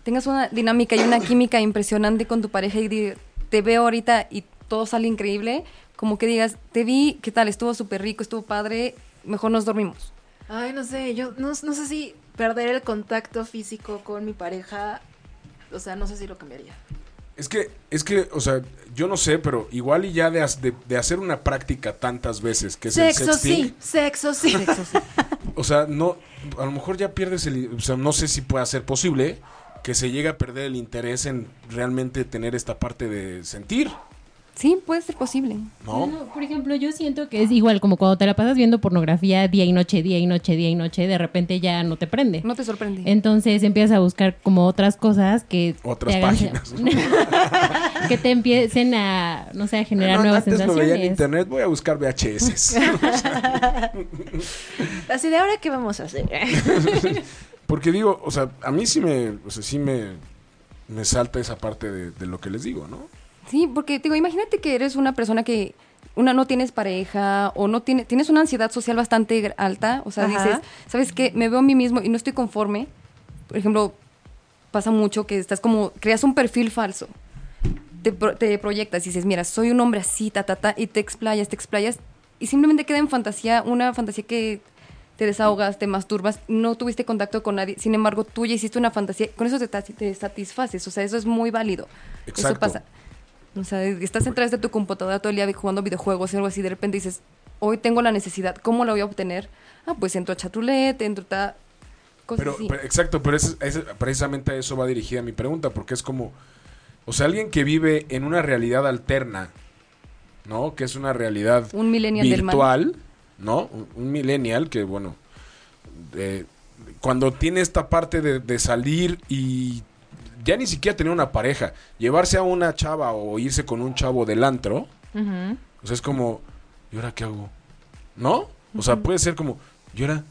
Speaker 4: tengas una dinámica y una química impresionante con tu pareja y di- te veo ahorita y todo sale increíble, como que digas, te vi, ¿qué tal? Estuvo súper rico, estuvo padre, mejor nos dormimos.
Speaker 3: Ay, no sé, yo no, no sé si perder el contacto físico con mi pareja, o sea, no sé si lo cambiaría.
Speaker 2: Es que, es que, o sea, yo no sé, pero igual y ya de, has- de- de hacer una práctica tantas veces, que es el
Speaker 3: Sexo
Speaker 2: sexting,
Speaker 3: sí, sexo sí, sexo sí.
Speaker 2: o sea, no, a lo mejor ya pierdes el, o sea, no sé si pueda ser posible que se llegue a perder el interés en realmente tener esta parte de sentir,
Speaker 4: Sí, puede ser posible.
Speaker 2: ¿no?
Speaker 8: No, por ejemplo, yo siento que es igual como cuando te la pasas viendo pornografía día y noche, día y noche, día y noche, de repente ya no te prende.
Speaker 4: No te sorprende.
Speaker 8: Entonces empiezas a buscar como otras cosas que
Speaker 2: Otras
Speaker 8: te hagan-
Speaker 2: páginas.
Speaker 8: que te empiecen a, no sé, a generar
Speaker 2: Ah, No,
Speaker 8: nuevas
Speaker 2: antes lo veía en
Speaker 8: sensaciones.
Speaker 2: internet, voy a buscar VHS.
Speaker 3: Así de ahora qué vamos a hacer.
Speaker 2: Porque digo, o sea, a mí sí me, o sea, sí me, me salta esa parte de, de lo que les digo, ¿no?
Speaker 4: Sí, porque te digo, imagínate que eres una persona que una no tienes pareja o no tiene, tienes una ansiedad social bastante gr- alta, o sea,
Speaker 3: Ajá.
Speaker 4: dices, ¿sabes qué? Me veo a mí mismo y no estoy conforme. Por ejemplo, pasa mucho que estás como creas un perfil falso. Te, pro- te proyectas y dices, mira, soy un hombre así, ta, ta, ta, y te explayas, te explayas, y simplemente queda en fantasía, una fantasía que te desahogas, te masturbas, no tuviste contacto con nadie, sin embargo, tú ya hiciste una fantasía, con eso te, ta- te satisfaces, o sea, eso es muy válido.
Speaker 2: Exacto.
Speaker 4: Eso pasa. O sea, estás detrás de tu computadora todo el día jugando videojuegos o algo así, de repente dices, hoy tengo la necesidad, ¿cómo la voy a obtener? Ah, pues entro a chatrulete, entro a... Cosas
Speaker 2: Pero,
Speaker 4: así.
Speaker 2: pero- exacto, pero es, es- precisamente a eso va dirigida mi pregunta, porque es como, o sea, alguien que vive en una realidad alterna, ¿no? Que es una realidad
Speaker 4: Un millennial del mal.
Speaker 2: virtual, ¿no? Un- Un millennial que, bueno, eh, cuando tiene esta parte de, de salir y ya ni siquiera tener una pareja, llevarse a una chava o irse con un chavo del antro, o sea, es como, ¿y ahora qué hago? ¿No? O sea, puede ser como, ¿y ahora?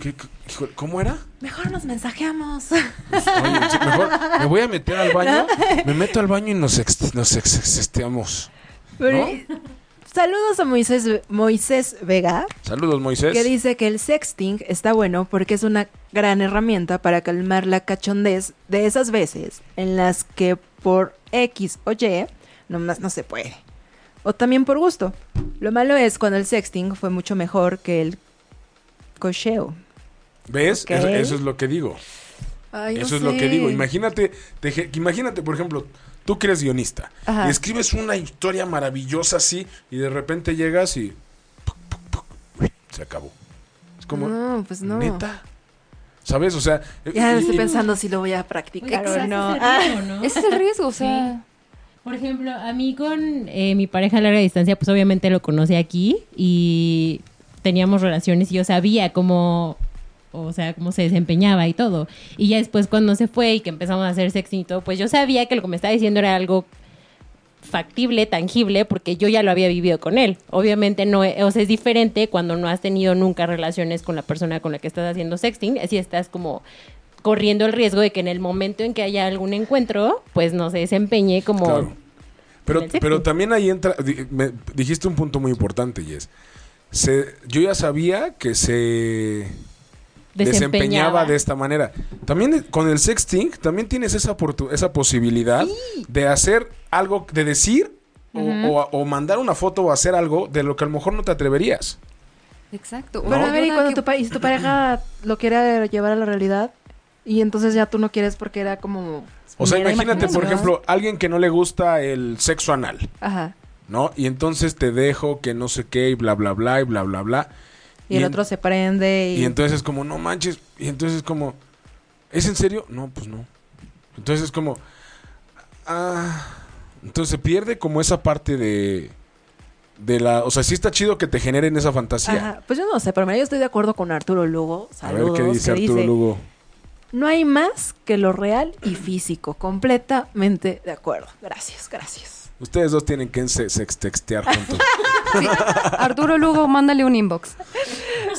Speaker 2: ¿Qué, qué- híjole, ¿Cómo era?
Speaker 3: Mejor nos mensajeamos.
Speaker 2: Pues, Oye, sí, mejor me voy a meter al baño. Me meto al baño y nos, ex- nos ex- exesteamos.
Speaker 6: Pero,
Speaker 2: ¿No?
Speaker 6: eh, Saludos a Moisés, Moisés Vega,
Speaker 2: Saludos, Moisés.
Speaker 6: que dice que el sexting está bueno porque es una gran herramienta para calmar la cachondez de esas veces en las que por X o Y nomás no se puede. O también por gusto. Lo malo es cuando el sexting fue mucho mejor que el cocheo.
Speaker 2: ¿Ves?
Speaker 6: Ok.
Speaker 2: Eso, eso es lo que digo. eso es lo que digo. Imagínate, te ge- imagínate, por ejemplo, tú que eres guionista.
Speaker 4: Ajá.
Speaker 2: Y escribes una historia maravillosa así y de repente llegas y... puc, puc, puc, uy, se acabó. Es como...
Speaker 6: No, pues no.
Speaker 2: ¿Neta? ¿Sabes? O sea...
Speaker 6: Ya
Speaker 2: y-
Speaker 6: estoy
Speaker 2: y-
Speaker 6: pensando si lo voy a practicar
Speaker 8: Oye,
Speaker 6: o
Speaker 8: pues,
Speaker 6: no.
Speaker 8: ese
Speaker 6: Ah,
Speaker 8: es el riesgo, ¿no?
Speaker 4: Ese es el riesgo, o sea.
Speaker 8: Por ejemplo, a mí con eh, mi pareja a larga distancia, pues obviamente lo conocí aquí y teníamos relaciones y yo sabía cómo, o sea, cómo se desempeñaba y todo. Y ya después cuando se fue y que empezamos a hacer sexting y todo, pues yo sabía que lo que me estaba diciendo era algo factible, tangible, porque yo ya lo había vivido con él. Obviamente no, e- o sea, es diferente cuando no has tenido nunca relaciones con la persona con la que estás haciendo sexting, así estás como corriendo el riesgo de que en el momento en que haya algún encuentro, pues no se desempeñe como
Speaker 2: Claro. Pero,
Speaker 8: el sexting.
Speaker 2: pero también ahí entra, di- me- dijiste un punto muy importante, Jess. Se- yo ya sabía que se desempeñaba de esta manera. También eh, con el sexting, también tienes esa, oportu- esa posibilidad de hacer algo, de decir o- o, a- o mandar una foto o hacer algo de lo que a lo mejor no te atreverías.
Speaker 4: Exacto.
Speaker 6: Pero
Speaker 4: Oye,
Speaker 6: a ver, ¿y
Speaker 4: ahora
Speaker 6: cuando
Speaker 4: que-
Speaker 6: tu, pa- y si tu pareja lo quiere llevar a la realidad? Y entonces ya tú no quieres porque era como...
Speaker 2: O sea,
Speaker 6: mera
Speaker 2: imagínate, por
Speaker 6: imaginación.
Speaker 2: ejemplo, alguien que no le gusta el sexo anal.
Speaker 6: Ajá.
Speaker 2: ¿no? Y entonces te dejo que no sé qué y bla, bla, bla, y bla, bla, bla.
Speaker 6: Y, el
Speaker 2: en-
Speaker 6: otro se prende y...
Speaker 2: y entonces es como, no manches. Y entonces es como, ¿es en serio? No, pues no. Entonces es como, ah. Entonces se pierde como esa parte de. De la, o sea, sí está chido que te generen esa fantasía.
Speaker 3: Ajá. Pues yo no sé, pero mira, yo estoy de acuerdo con Arturo Lugo.
Speaker 2: A ver
Speaker 3: Saludos.
Speaker 2: qué dice
Speaker 3: que
Speaker 2: Arturo Lugo.
Speaker 3: No hay más que lo real y físico. Completamente de acuerdo. Gracias, gracias.
Speaker 2: Ustedes dos tienen que se- sextextear juntos.
Speaker 4: Sí, Arturo Lugo, mándale un inbox.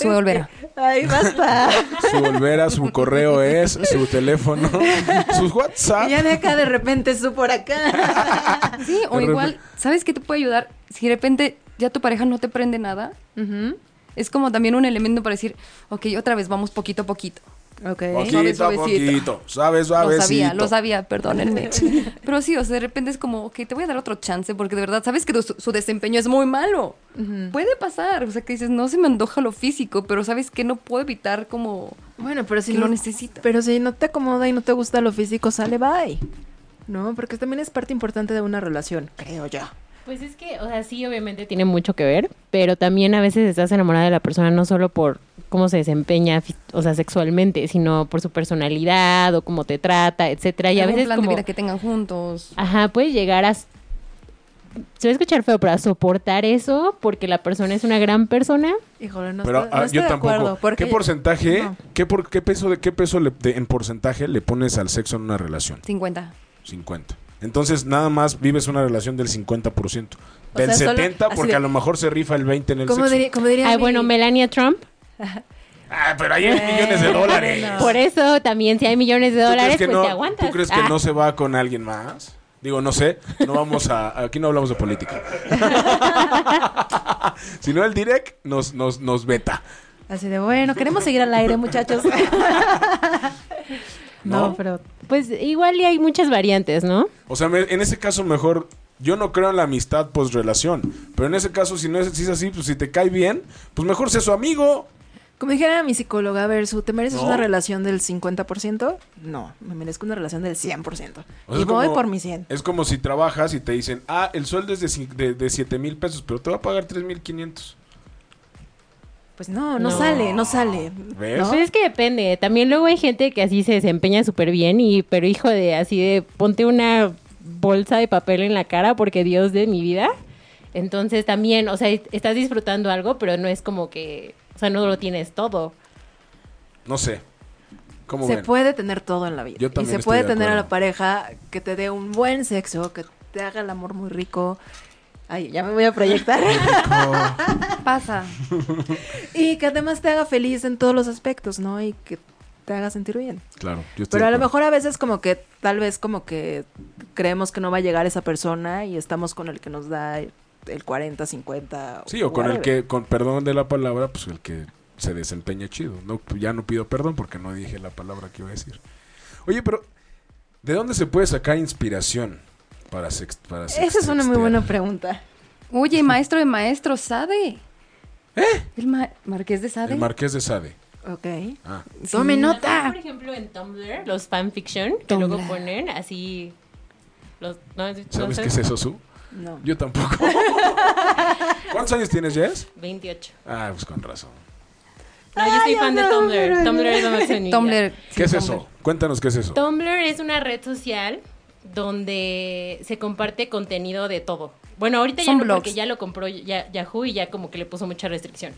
Speaker 4: Su volverá.
Speaker 3: Ay, basta.
Speaker 2: su volvera, su correo es, su teléfono, sus WhatsApp.
Speaker 3: ya de acá de repente su por acá.
Speaker 4: Sí, o
Speaker 2: De repe-
Speaker 4: igual, ¿sabes qué te puede ayudar? Si de repente ya tu pareja no te prende nada, es como también un elemento para decir, ok, otra vez vamos poquito a poquito.
Speaker 3: Ok.
Speaker 2: Poquito a poquito, suave, suavecito.
Speaker 4: Lo sabía, lo sabía, perdónenme. Pero sí, o sea, de repente es como, ok, te voy a dar otro chance porque de verdad sabes que tu- su, desempeño es muy malo. Puede pasar, o sea, que dices, no se me antoja lo físico, pero sabes que no puedo evitar como...
Speaker 6: Bueno, pero si
Speaker 4: que
Speaker 6: no,
Speaker 4: lo necesita.
Speaker 6: Pero si no te acomoda y no te gusta lo físico, sale bye. No, porque también es parte importante de una relación, creo yo.
Speaker 8: Pues es que, o sea, sí, obviamente tiene mucho que ver, pero también a veces estás enamorada de la persona no solo por cómo se desempeña, fi- o sea, sexualmente, sino por su personalidad o cómo te trata, etcétera. Y a
Speaker 4: algún
Speaker 8: veces
Speaker 4: plan
Speaker 8: como, Ah.
Speaker 4: de vida que tengan juntos.
Speaker 8: ajá, puedes llegar a, s- se va a escuchar feo, pero a soportar eso porque la persona es una gran persona.
Speaker 6: Híjole, no,
Speaker 2: Pero
Speaker 6: está-
Speaker 2: ah,
Speaker 6: no
Speaker 2: yo
Speaker 6: estoy de
Speaker 2: tampoco.
Speaker 6: acuerdo. Porque...
Speaker 2: ¿Qué porcentaje,
Speaker 6: No.
Speaker 2: qué, por, qué peso, de, qué peso le- de- en porcentaje le pones al sexo en una relación?
Speaker 4: 50.
Speaker 2: 50. Entonces, nada más vives una relación del 50%.
Speaker 6: O
Speaker 2: Del
Speaker 6: sea, solo-
Speaker 2: 70%,
Speaker 6: así
Speaker 2: porque
Speaker 6: de-
Speaker 2: a lo mejor se rifa el 20% en el
Speaker 6: ¿Cómo
Speaker 2: sexo.
Speaker 6: diría, cómo diría
Speaker 8: Ay,
Speaker 6: mi-
Speaker 8: bueno, Melania Trump.
Speaker 2: Ah, pero ahí hay millones de dólares.
Speaker 4: Ah.
Speaker 8: Por eso también si hay millones de
Speaker 2: ¿Tú
Speaker 8: dólares,
Speaker 2: crees que
Speaker 8: pues
Speaker 2: no-
Speaker 8: te aguantas.
Speaker 2: ¿Tú crees que
Speaker 8: Ah,
Speaker 2: no se va con alguien más? Digo, no sé, no vamos a... Aquí no hablamos de política. si no, el direct nos, nos, nos veta.
Speaker 3: Así de bueno, queremos seguir al aire, muchachos.
Speaker 2: ¿no?
Speaker 3: No, pero
Speaker 8: Pues igual y hay muchas variantes, ¿no?
Speaker 2: O sea, me- en ese caso mejor yo no creo en la amistad post relación, pero en ese caso si no es, si es así, pues si te cae bien, pues mejor sé su amigo.
Speaker 6: Como dijera mi psicóloga, a ver, Su, ¿te mereces
Speaker 2: No.
Speaker 6: una relación del 50%? No, me merezco una relación del 100%.
Speaker 2: O sea,
Speaker 6: y
Speaker 2: es como-
Speaker 6: voy por mi 100.
Speaker 2: Es como si trabajas y te dicen, ah, el sueldo es de, cin- de, de 7 mil pesos, pero te va a pagar 3 mil 500.
Speaker 6: Pues no, no,
Speaker 8: No.
Speaker 6: sale, no sale.
Speaker 2: ¿Ves?
Speaker 6: ¿no?
Speaker 8: Pues es que depende. También luego hay gente que así se desempeña súper bien y, pero hijo de, así de, ponte una bolsa de papel en la cara porque Dios de mi vida. Entonces también, o sea, est- estás disfrutando algo, pero no es como que, o sea, no lo tienes todo.
Speaker 2: No sé. ¿Cómo
Speaker 3: se
Speaker 2: ven?
Speaker 3: puede tener todo en la vida.
Speaker 2: Yo
Speaker 3: y
Speaker 2: también
Speaker 3: se
Speaker 2: estoy
Speaker 3: puede
Speaker 2: de
Speaker 3: tener a la
Speaker 2: acuerdo.
Speaker 3: pareja que te dé un buen sexo, que te haga el amor muy rico. Ay, ya me voy a proyectar.
Speaker 4: Pasa.
Speaker 3: y que además te haga feliz en todos los aspectos, ¿no? Y que te haga sentir bien.
Speaker 2: Claro, yo estoy de
Speaker 3: Pero a lo
Speaker 2: acuerdo.
Speaker 3: mejor a veces como que tal vez como que creemos que no va a llegar esa persona y estamos con el que nos da el 40, 50.
Speaker 2: Sí, o con el
Speaker 3: whatever.
Speaker 2: que, con perdón de la palabra, pues el que se desempeña chido. No, ya no pido perdón porque no dije la palabra que iba a decir. Oye, pero ¿de dónde se puede sacar inspiración para sex, para
Speaker 3: Esa es una muy
Speaker 2: sextear?
Speaker 3: buena pregunta.
Speaker 4: Oye, maestro de maestros, Sade. ¿Eh? El ma- marqués de Sade.
Speaker 2: El Marqués de Sade.
Speaker 3: Ok.
Speaker 2: Ah,
Speaker 3: Tome
Speaker 8: Acá,
Speaker 3: nota.
Speaker 8: Por ejemplo, en Tumblr, los fanfiction, que
Speaker 4: Tumblr.
Speaker 8: luego ponen así. Los, no, no
Speaker 2: ¿sabes
Speaker 8: sé,
Speaker 2: qué es eso, Su?
Speaker 3: No.
Speaker 2: Yo tampoco. ¿Cuántos años tienes, Jess?
Speaker 8: 28.
Speaker 2: Ah, pues con razón.
Speaker 8: No, yo soy fan de Tumblr. Tumblr es lo máximo en mi vida.
Speaker 4: Tumblr.
Speaker 2: ¿Qué es
Speaker 4: Sí,
Speaker 2: eso?
Speaker 4: Tumblr.
Speaker 2: Cuéntanos qué es eso.
Speaker 8: Tumblr es una red social donde se comparte contenido de todo. Bueno, ahorita ya
Speaker 4: Son
Speaker 8: no, porque
Speaker 4: blogs.
Speaker 8: ya lo compró ya- Yahoo y ya como que le puso mucha restricción.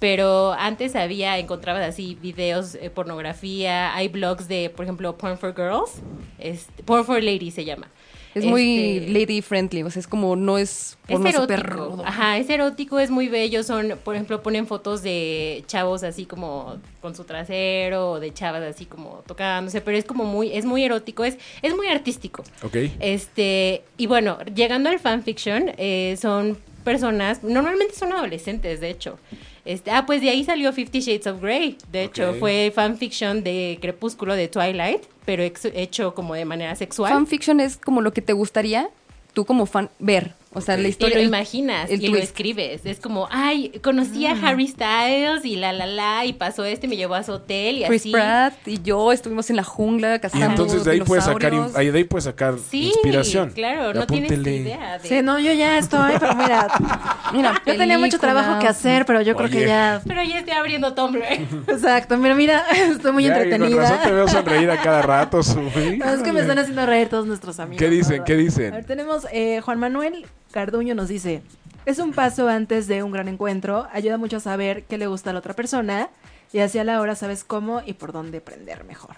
Speaker 8: Pero antes había, encontrabas así videos, eh, pornografía, hay blogs de, por ejemplo, Porn for Girls, este, Porn for Ladies se llama.
Speaker 4: Es muy
Speaker 8: Este,
Speaker 4: lady friendly, o sea, es como no es
Speaker 8: es
Speaker 4: porno súper
Speaker 8: erótico.
Speaker 4: rudo.
Speaker 8: Ajá, es erótico, es muy bello. Son, por ejemplo, ponen fotos de chavos así como con su trasero, o de chavas así como tocándose, pero es como muy, es muy erótico, es, es muy artístico.
Speaker 2: ¿Ok?
Speaker 8: Este, y bueno, llegando al fanfiction, eh, son personas, normalmente son adolescentes, de hecho. Este, ah, pues de ahí salió Fifty Shades of Grey. De hecho,
Speaker 2: Ok.
Speaker 8: fue fanfiction de Crepúsculo de Twilight, pero ex- hecho como de manera sexual.
Speaker 4: Fanfiction es como lo que te gustaría tú como fan ver. O sea, la historia.
Speaker 8: y lo
Speaker 4: el-
Speaker 8: imaginas
Speaker 4: el
Speaker 8: y lo
Speaker 4: twist. Mm.
Speaker 8: escribes. Es como, ay, conocí a Harry Styles y la la la, y pasó este, me llevó a su hotel y
Speaker 4: Chris
Speaker 8: así.
Speaker 4: Pratt y yo estuvimos en la jungla
Speaker 2: Y
Speaker 4: cazando
Speaker 2: entonces de ahí puedes sacar, in-
Speaker 4: dinosaurios.
Speaker 2: ahí de ahí puedes sacar
Speaker 8: Sí,
Speaker 2: inspiración.
Speaker 8: claro, no
Speaker 2: Apúntele.
Speaker 8: tienes idea de.
Speaker 3: Sí, no, yo ya estoy, pero mira,
Speaker 4: Mira,
Speaker 3: yo tenía mucho
Speaker 4: películas.
Speaker 3: trabajo que hacer, pero yo creo
Speaker 2: Oye.
Speaker 3: que ya...
Speaker 8: Pero ya estoy abriendo Tumblr.
Speaker 3: Exacto, mira, mira, estoy muy
Speaker 2: Ya, y Con razón te
Speaker 3: entretenida.
Speaker 2: veo sonreír a cada rato, Su.
Speaker 3: No, es que me están haciendo reír todos nuestros amigos.
Speaker 2: ¿Qué dicen?
Speaker 3: la
Speaker 2: ¿Qué
Speaker 3: verdad.
Speaker 2: dicen?
Speaker 3: A ver, tenemos eh, Juan Manuel Carduño nos dice, es un paso antes de un gran encuentro, ayuda mucho a saber qué le gusta a la otra persona y así a la hora sabes cómo y por dónde prender mejor.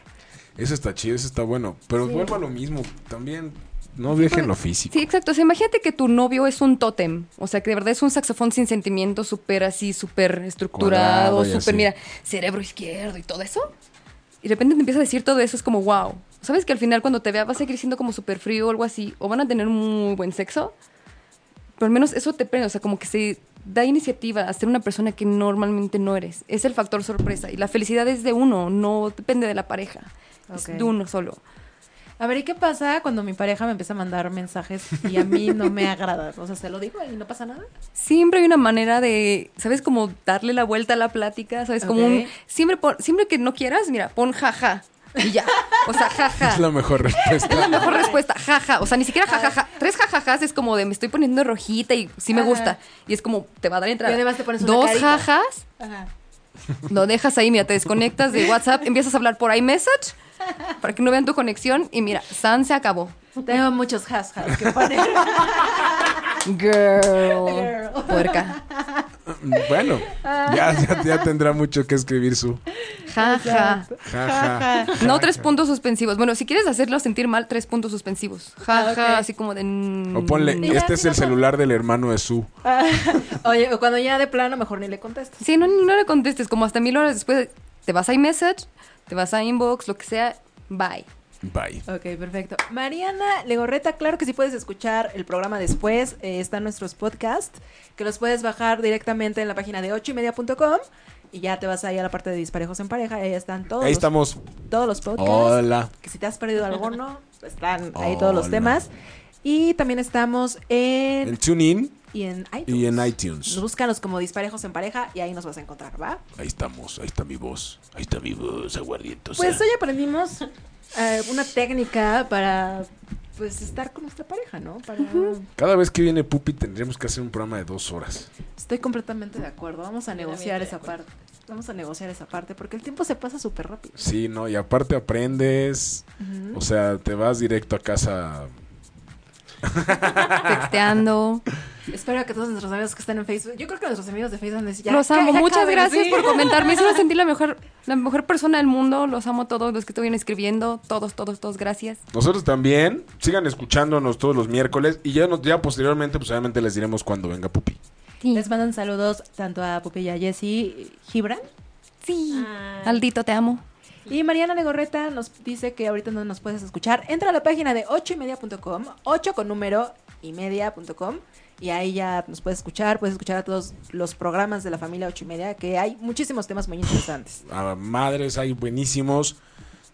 Speaker 2: Eso está chido, eso está bueno. Pero vuelvo a lo mismo. También no dejen lo físico.
Speaker 4: Sí, exacto. O sea, imagínate que tu novio es un tótem. O sea, que de verdad es un saxofón sin sentimiento, súper así, súper estructurado,
Speaker 2: Cuadrado y así.
Speaker 4: súper, mira, cerebro izquierdo y todo eso. Y de repente te empieza a decir todo eso, es como, wow. ¿Sabes que al final cuando te vea vas a seguir siendo como súper frío o algo así? O van a tener muy buen sexo. Pero al menos eso te prende, o sea, como que se da iniciativa a ser una persona que normalmente no eres. Es el factor sorpresa. Y la felicidad es de uno, no depende de la pareja.
Speaker 3: Ok.
Speaker 4: Es de uno solo.
Speaker 3: A ver, ¿y qué pasa cuando mi pareja me empieza a mandar mensajes y a mí no me agradas? O sea, se lo digo y no pasa nada.
Speaker 4: Siempre hay una manera de, ¿sabes? Como darle la vuelta a la plática, ¿sabes? Como un...
Speaker 3: Ok.
Speaker 4: Siempre, pon- siempre que no quieras, mira, pon jaja. Y ya. O sea, jaja.
Speaker 2: Es la mejor respuesta.
Speaker 4: Mejor respuesta, jaja. O sea, ni siquiera jajaja. Tres jajajas es como de me estoy poniendo rojita y sí me
Speaker 3: Ajá.
Speaker 4: gusta. Y es como, te va a dar entrada.
Speaker 3: Y además te pones una
Speaker 4: Dos
Speaker 3: carita.
Speaker 4: jajas,
Speaker 3: Ajá.
Speaker 4: lo dejas ahí, mira, te desconectas de WhatsApp, empiezas a hablar por iMessage para que no vean tu conexión y mira, San se acabó.
Speaker 3: Tengo muchos has has que poner.
Speaker 4: Girl. Puerca.
Speaker 2: Bueno,
Speaker 3: Ah.
Speaker 2: ya, ya, ya tendrá mucho que escribir su.
Speaker 4: Jaja.
Speaker 2: Jaja.
Speaker 4: No tres puntos suspensivos. Bueno, si quieres hacerlo sentir mal, tres puntos suspensivos. Jaja,
Speaker 6: Ah,
Speaker 4: así como de. mm,
Speaker 2: O ponle, este es el celular del hermano de su.
Speaker 3: Oye, o cuando ya de plano mejor ni le contestas.
Speaker 4: Sí, no, no le contestes. Como hasta mil horas después te vas a iMessage, te vas a inbox, lo que sea. Bye.
Speaker 2: Bye.
Speaker 3: Ok, perfecto. Mariana Legorreta, claro que sí puedes escuchar el programa después. eh, están nuestros podcasts, que los puedes bajar directamente en la página de 8ymedia.com y ya te vas ahí a la parte de Disparejos en Pareja. y Ahí están todos,
Speaker 2: Ahí
Speaker 3: los,
Speaker 2: estamos.
Speaker 3: todos los podcasts.
Speaker 2: Hola.
Speaker 3: Que si te has perdido alguno, pues, están ahí todos los
Speaker 2: Hola.
Speaker 3: temas. Y también estamos en,
Speaker 2: El TuneIn.
Speaker 3: y en iTunes.
Speaker 2: y en iTunes.
Speaker 3: Búscanos como Disparejos en Pareja y ahí nos vas a encontrar, ¿va?
Speaker 2: Ahí estamos. Ahí está mi voz. Ahí está mi voz, aguardientos.
Speaker 3: Pues hoy aprendimos eh, una técnica para pues estar con nuestra pareja, ¿no? Para...
Speaker 2: Cada vez que viene Pupi tendremos que hacer un programa de dos horas.
Speaker 3: Estoy completamente de acuerdo. Vamos a negociar esa
Speaker 8: estoy de acuerdo.
Speaker 3: parte. Vamos a negociar esa parte porque el tiempo se pasa súper rápido.
Speaker 2: Sí, no, y aparte aprendes. O sea, te vas directo a casa.
Speaker 4: Texteando.
Speaker 6: Espero que todos nuestros amigos que están en Facebook. Yo creo que nuestros amigos de Facebook han de decir, ya,
Speaker 4: los
Speaker 6: ya,
Speaker 4: amo.
Speaker 6: ya
Speaker 4: Muchas
Speaker 6: acaben,
Speaker 4: gracias
Speaker 6: sí.
Speaker 4: por comentar. Me hicieron sentir la mejor, la mejor persona del mundo. Los amo todos los que estuvieron escribiendo. Todos, todos, todos. Gracias.
Speaker 2: Nosotros también. Sigan escuchándonos todos los miércoles. Y ya, nos, ya posteriormente, pues obviamente les diremos cuando venga Pupi.
Speaker 3: Les mandan saludos tanto a Pupi y a Jessy Gibran.
Speaker 4: Sí. Aldito, te amo.
Speaker 3: Y Mariana Legorreta nos dice que ahorita no nos puedes escuchar. Entra a la página de 8 y media.com, 8 con número y media.com. Y ahí ya nos puedes escuchar, puedes escuchar a todos los programas de la familia 8 y media, que hay muchísimos temas muy interesantes.
Speaker 2: A madres, hay buenísimos.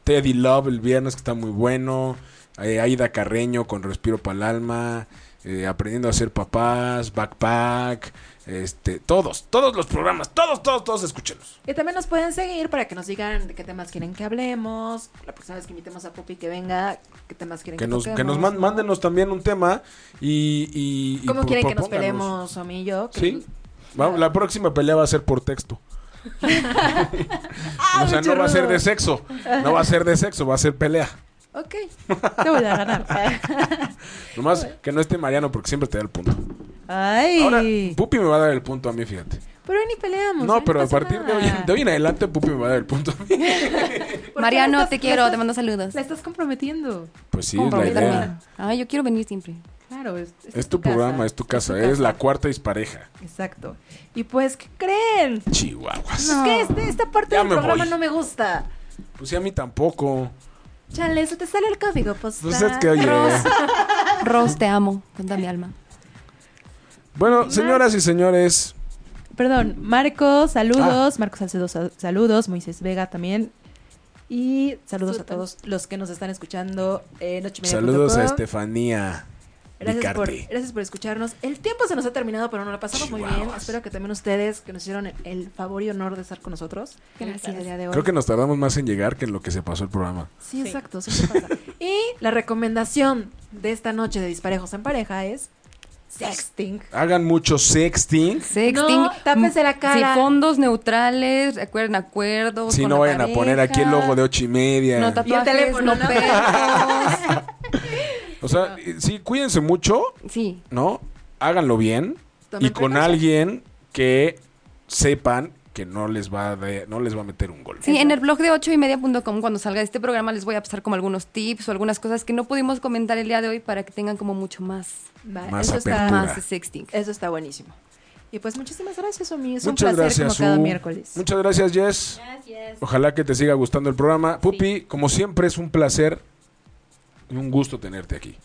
Speaker 2: Teddy Love el viernes, que está muy bueno. Eh, Aida Carreño con Respiro para el Alma. Eh, aprendiendo a ser papás. Backpack. Este, todos, todos los programas. Todos, todos, todos, escúchenlos.
Speaker 3: Y también nos pueden seguir para que nos digan de qué temas quieren que hablemos, la próxima vez que invitemos a Pupi que venga, qué temas quieren que,
Speaker 2: Que nos, que
Speaker 3: toquemos.
Speaker 2: nos man- mándenos también un tema. Y. y, y
Speaker 3: ¿Cómo
Speaker 2: pro-
Speaker 3: quieren que nos
Speaker 2: propónganos.
Speaker 3: peleemos, Omi y yo? Que-
Speaker 2: Sí. Va- la próxima pelea va a ser por texto. Ah, o sea, no va a ser de sexo. No va a ser de sexo, va a ser pelea.
Speaker 3: Ok, te voy a ganar.
Speaker 2: Nomás que no esté Mariano porque siempre te da el punto.
Speaker 3: Ay,
Speaker 2: Ahora, Pupi me va a dar el punto a mí, fíjate.
Speaker 3: pero hoy ni peleamos. hoy
Speaker 2: No,
Speaker 3: no
Speaker 2: pero a
Speaker 3: pasa
Speaker 2: partir de hoy,
Speaker 3: nada.
Speaker 2: de hoy en adelante, Pupi me va a dar el punto a mí.
Speaker 3: ¿Por qué la
Speaker 4: Mariano,
Speaker 6: pues,
Speaker 3: estás-
Speaker 4: te
Speaker 3: la
Speaker 4: quiero.
Speaker 3: estás-
Speaker 4: Te mando saludos.
Speaker 3: La estás comprometiendo.
Speaker 2: Pues sí, es la
Speaker 4: Comprométame.
Speaker 2: idea.
Speaker 4: Ay, yo quiero venir siempre.
Speaker 3: Claro, es, es
Speaker 2: Es tu programa,
Speaker 3: casa.
Speaker 2: es tu casa.
Speaker 3: Es tu
Speaker 2: Eres
Speaker 3: casa.
Speaker 2: la cuarta dispareja.
Speaker 3: Exacto. Y pues, ¿qué creen?
Speaker 2: Chihuahuas.
Speaker 3: Es que este- esta parte
Speaker 2: Ya
Speaker 3: del
Speaker 2: me
Speaker 3: programa
Speaker 2: voy.
Speaker 3: no me gusta.
Speaker 2: Pues sí, a mí tampoco.
Speaker 3: Chale, eso te sale el código postal.
Speaker 2: Pues es que, oye.
Speaker 4: Rose, te amo. Con toda mi alma.
Speaker 2: Bueno, señoras y señores,
Speaker 3: Perdón, Marco, saludos.
Speaker 2: Ah.
Speaker 3: Marco Salcedo, sal- saludos. Moisés Vega también. Y saludos a todos los que nos están escuchando en ochimedia.com.
Speaker 2: saludos a este Estefanía.
Speaker 3: Gracias por,
Speaker 2: Dicarte.
Speaker 3: gracias por escucharnos. El tiempo se nos ha terminado, pero nos la pasamos muy bien.
Speaker 2: Chihuahuas.
Speaker 3: Espero que también ustedes, que nos hicieron el favor y honor de estar con nosotros.
Speaker 4: Gracias.
Speaker 3: El día de hoy.
Speaker 2: Creo que nos tardamos más en llegar que en lo que se pasó el programa.
Speaker 3: Sí, exacto, siempre pasa. Y la recomendación de esta noche de Disparejos en Pareja es sexting.
Speaker 2: Hagan mucho sexting.
Speaker 4: Sexting. mm,
Speaker 3: No, tápense la cara.
Speaker 4: Sí, fondos neutrales. Recuerden acuerdos.
Speaker 2: Si
Speaker 4: con
Speaker 2: no
Speaker 4: la
Speaker 2: vayan a poner aquí el logo de
Speaker 4: pareja.
Speaker 2: ocho y media.
Speaker 4: No
Speaker 3: Y el
Speaker 4: tatuajes,
Speaker 3: teléfono,
Speaker 4: no
Speaker 3: ¿no?
Speaker 4: pedos.
Speaker 2: o sea, eh, sí, cuídense mucho,
Speaker 4: Sí.
Speaker 2: ¿no? Háganlo bien
Speaker 3: Tomen
Speaker 2: y con
Speaker 3: precaución.
Speaker 2: alguien que sepan que no les va a de- no les va a meter un gol.
Speaker 4: Sí, en el blog de 8 y media.com, cuando salga este programa, les voy a pasar como algunos tips o algunas cosas que no pudimos comentar el día de hoy para que tengan como mucho más,
Speaker 3: Va,
Speaker 2: Más
Speaker 3: eso,
Speaker 2: apertura.
Speaker 3: está,
Speaker 4: más de sexting.
Speaker 3: eso está buenísimo. Y pues muchísimas gracias, Omi. Es
Speaker 2: Muchas
Speaker 3: un placer
Speaker 2: gracias,
Speaker 3: como cada
Speaker 2: Su.
Speaker 3: miércoles.
Speaker 2: Muchas gracias, Jess.
Speaker 8: Gracias.
Speaker 2: Ojalá que te siga gustando el programa. Pupi, como siempre es un placer y un gusto tenerte aquí.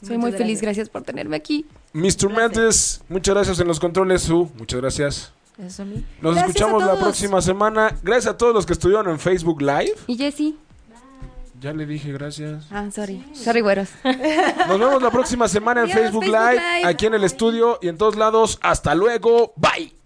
Speaker 4: Soy
Speaker 3: Muchas
Speaker 4: muy feliz,
Speaker 3: gracias.
Speaker 4: gracias por tenerme aquí.
Speaker 2: Mr. Mendes, muchas gracias en los controles, Su. Muchas gracias.
Speaker 3: Gracias, Omi.
Speaker 2: Nos
Speaker 3: Gracias
Speaker 2: escuchamos
Speaker 3: a
Speaker 2: la
Speaker 3: todos.
Speaker 2: próxima semana. Gracias a todos los que estuvieron en Facebook Live.
Speaker 4: Y Jessy,
Speaker 2: Ya le dije gracias.
Speaker 4: ah, sorry, sorry, güeros.
Speaker 2: Nos vemos la próxima semana en
Speaker 4: Adiós,
Speaker 2: Facebook
Speaker 4: Facebook
Speaker 2: Live,
Speaker 4: Live.
Speaker 2: aquí en el estudio y en todos lados. Hasta luego. Bye.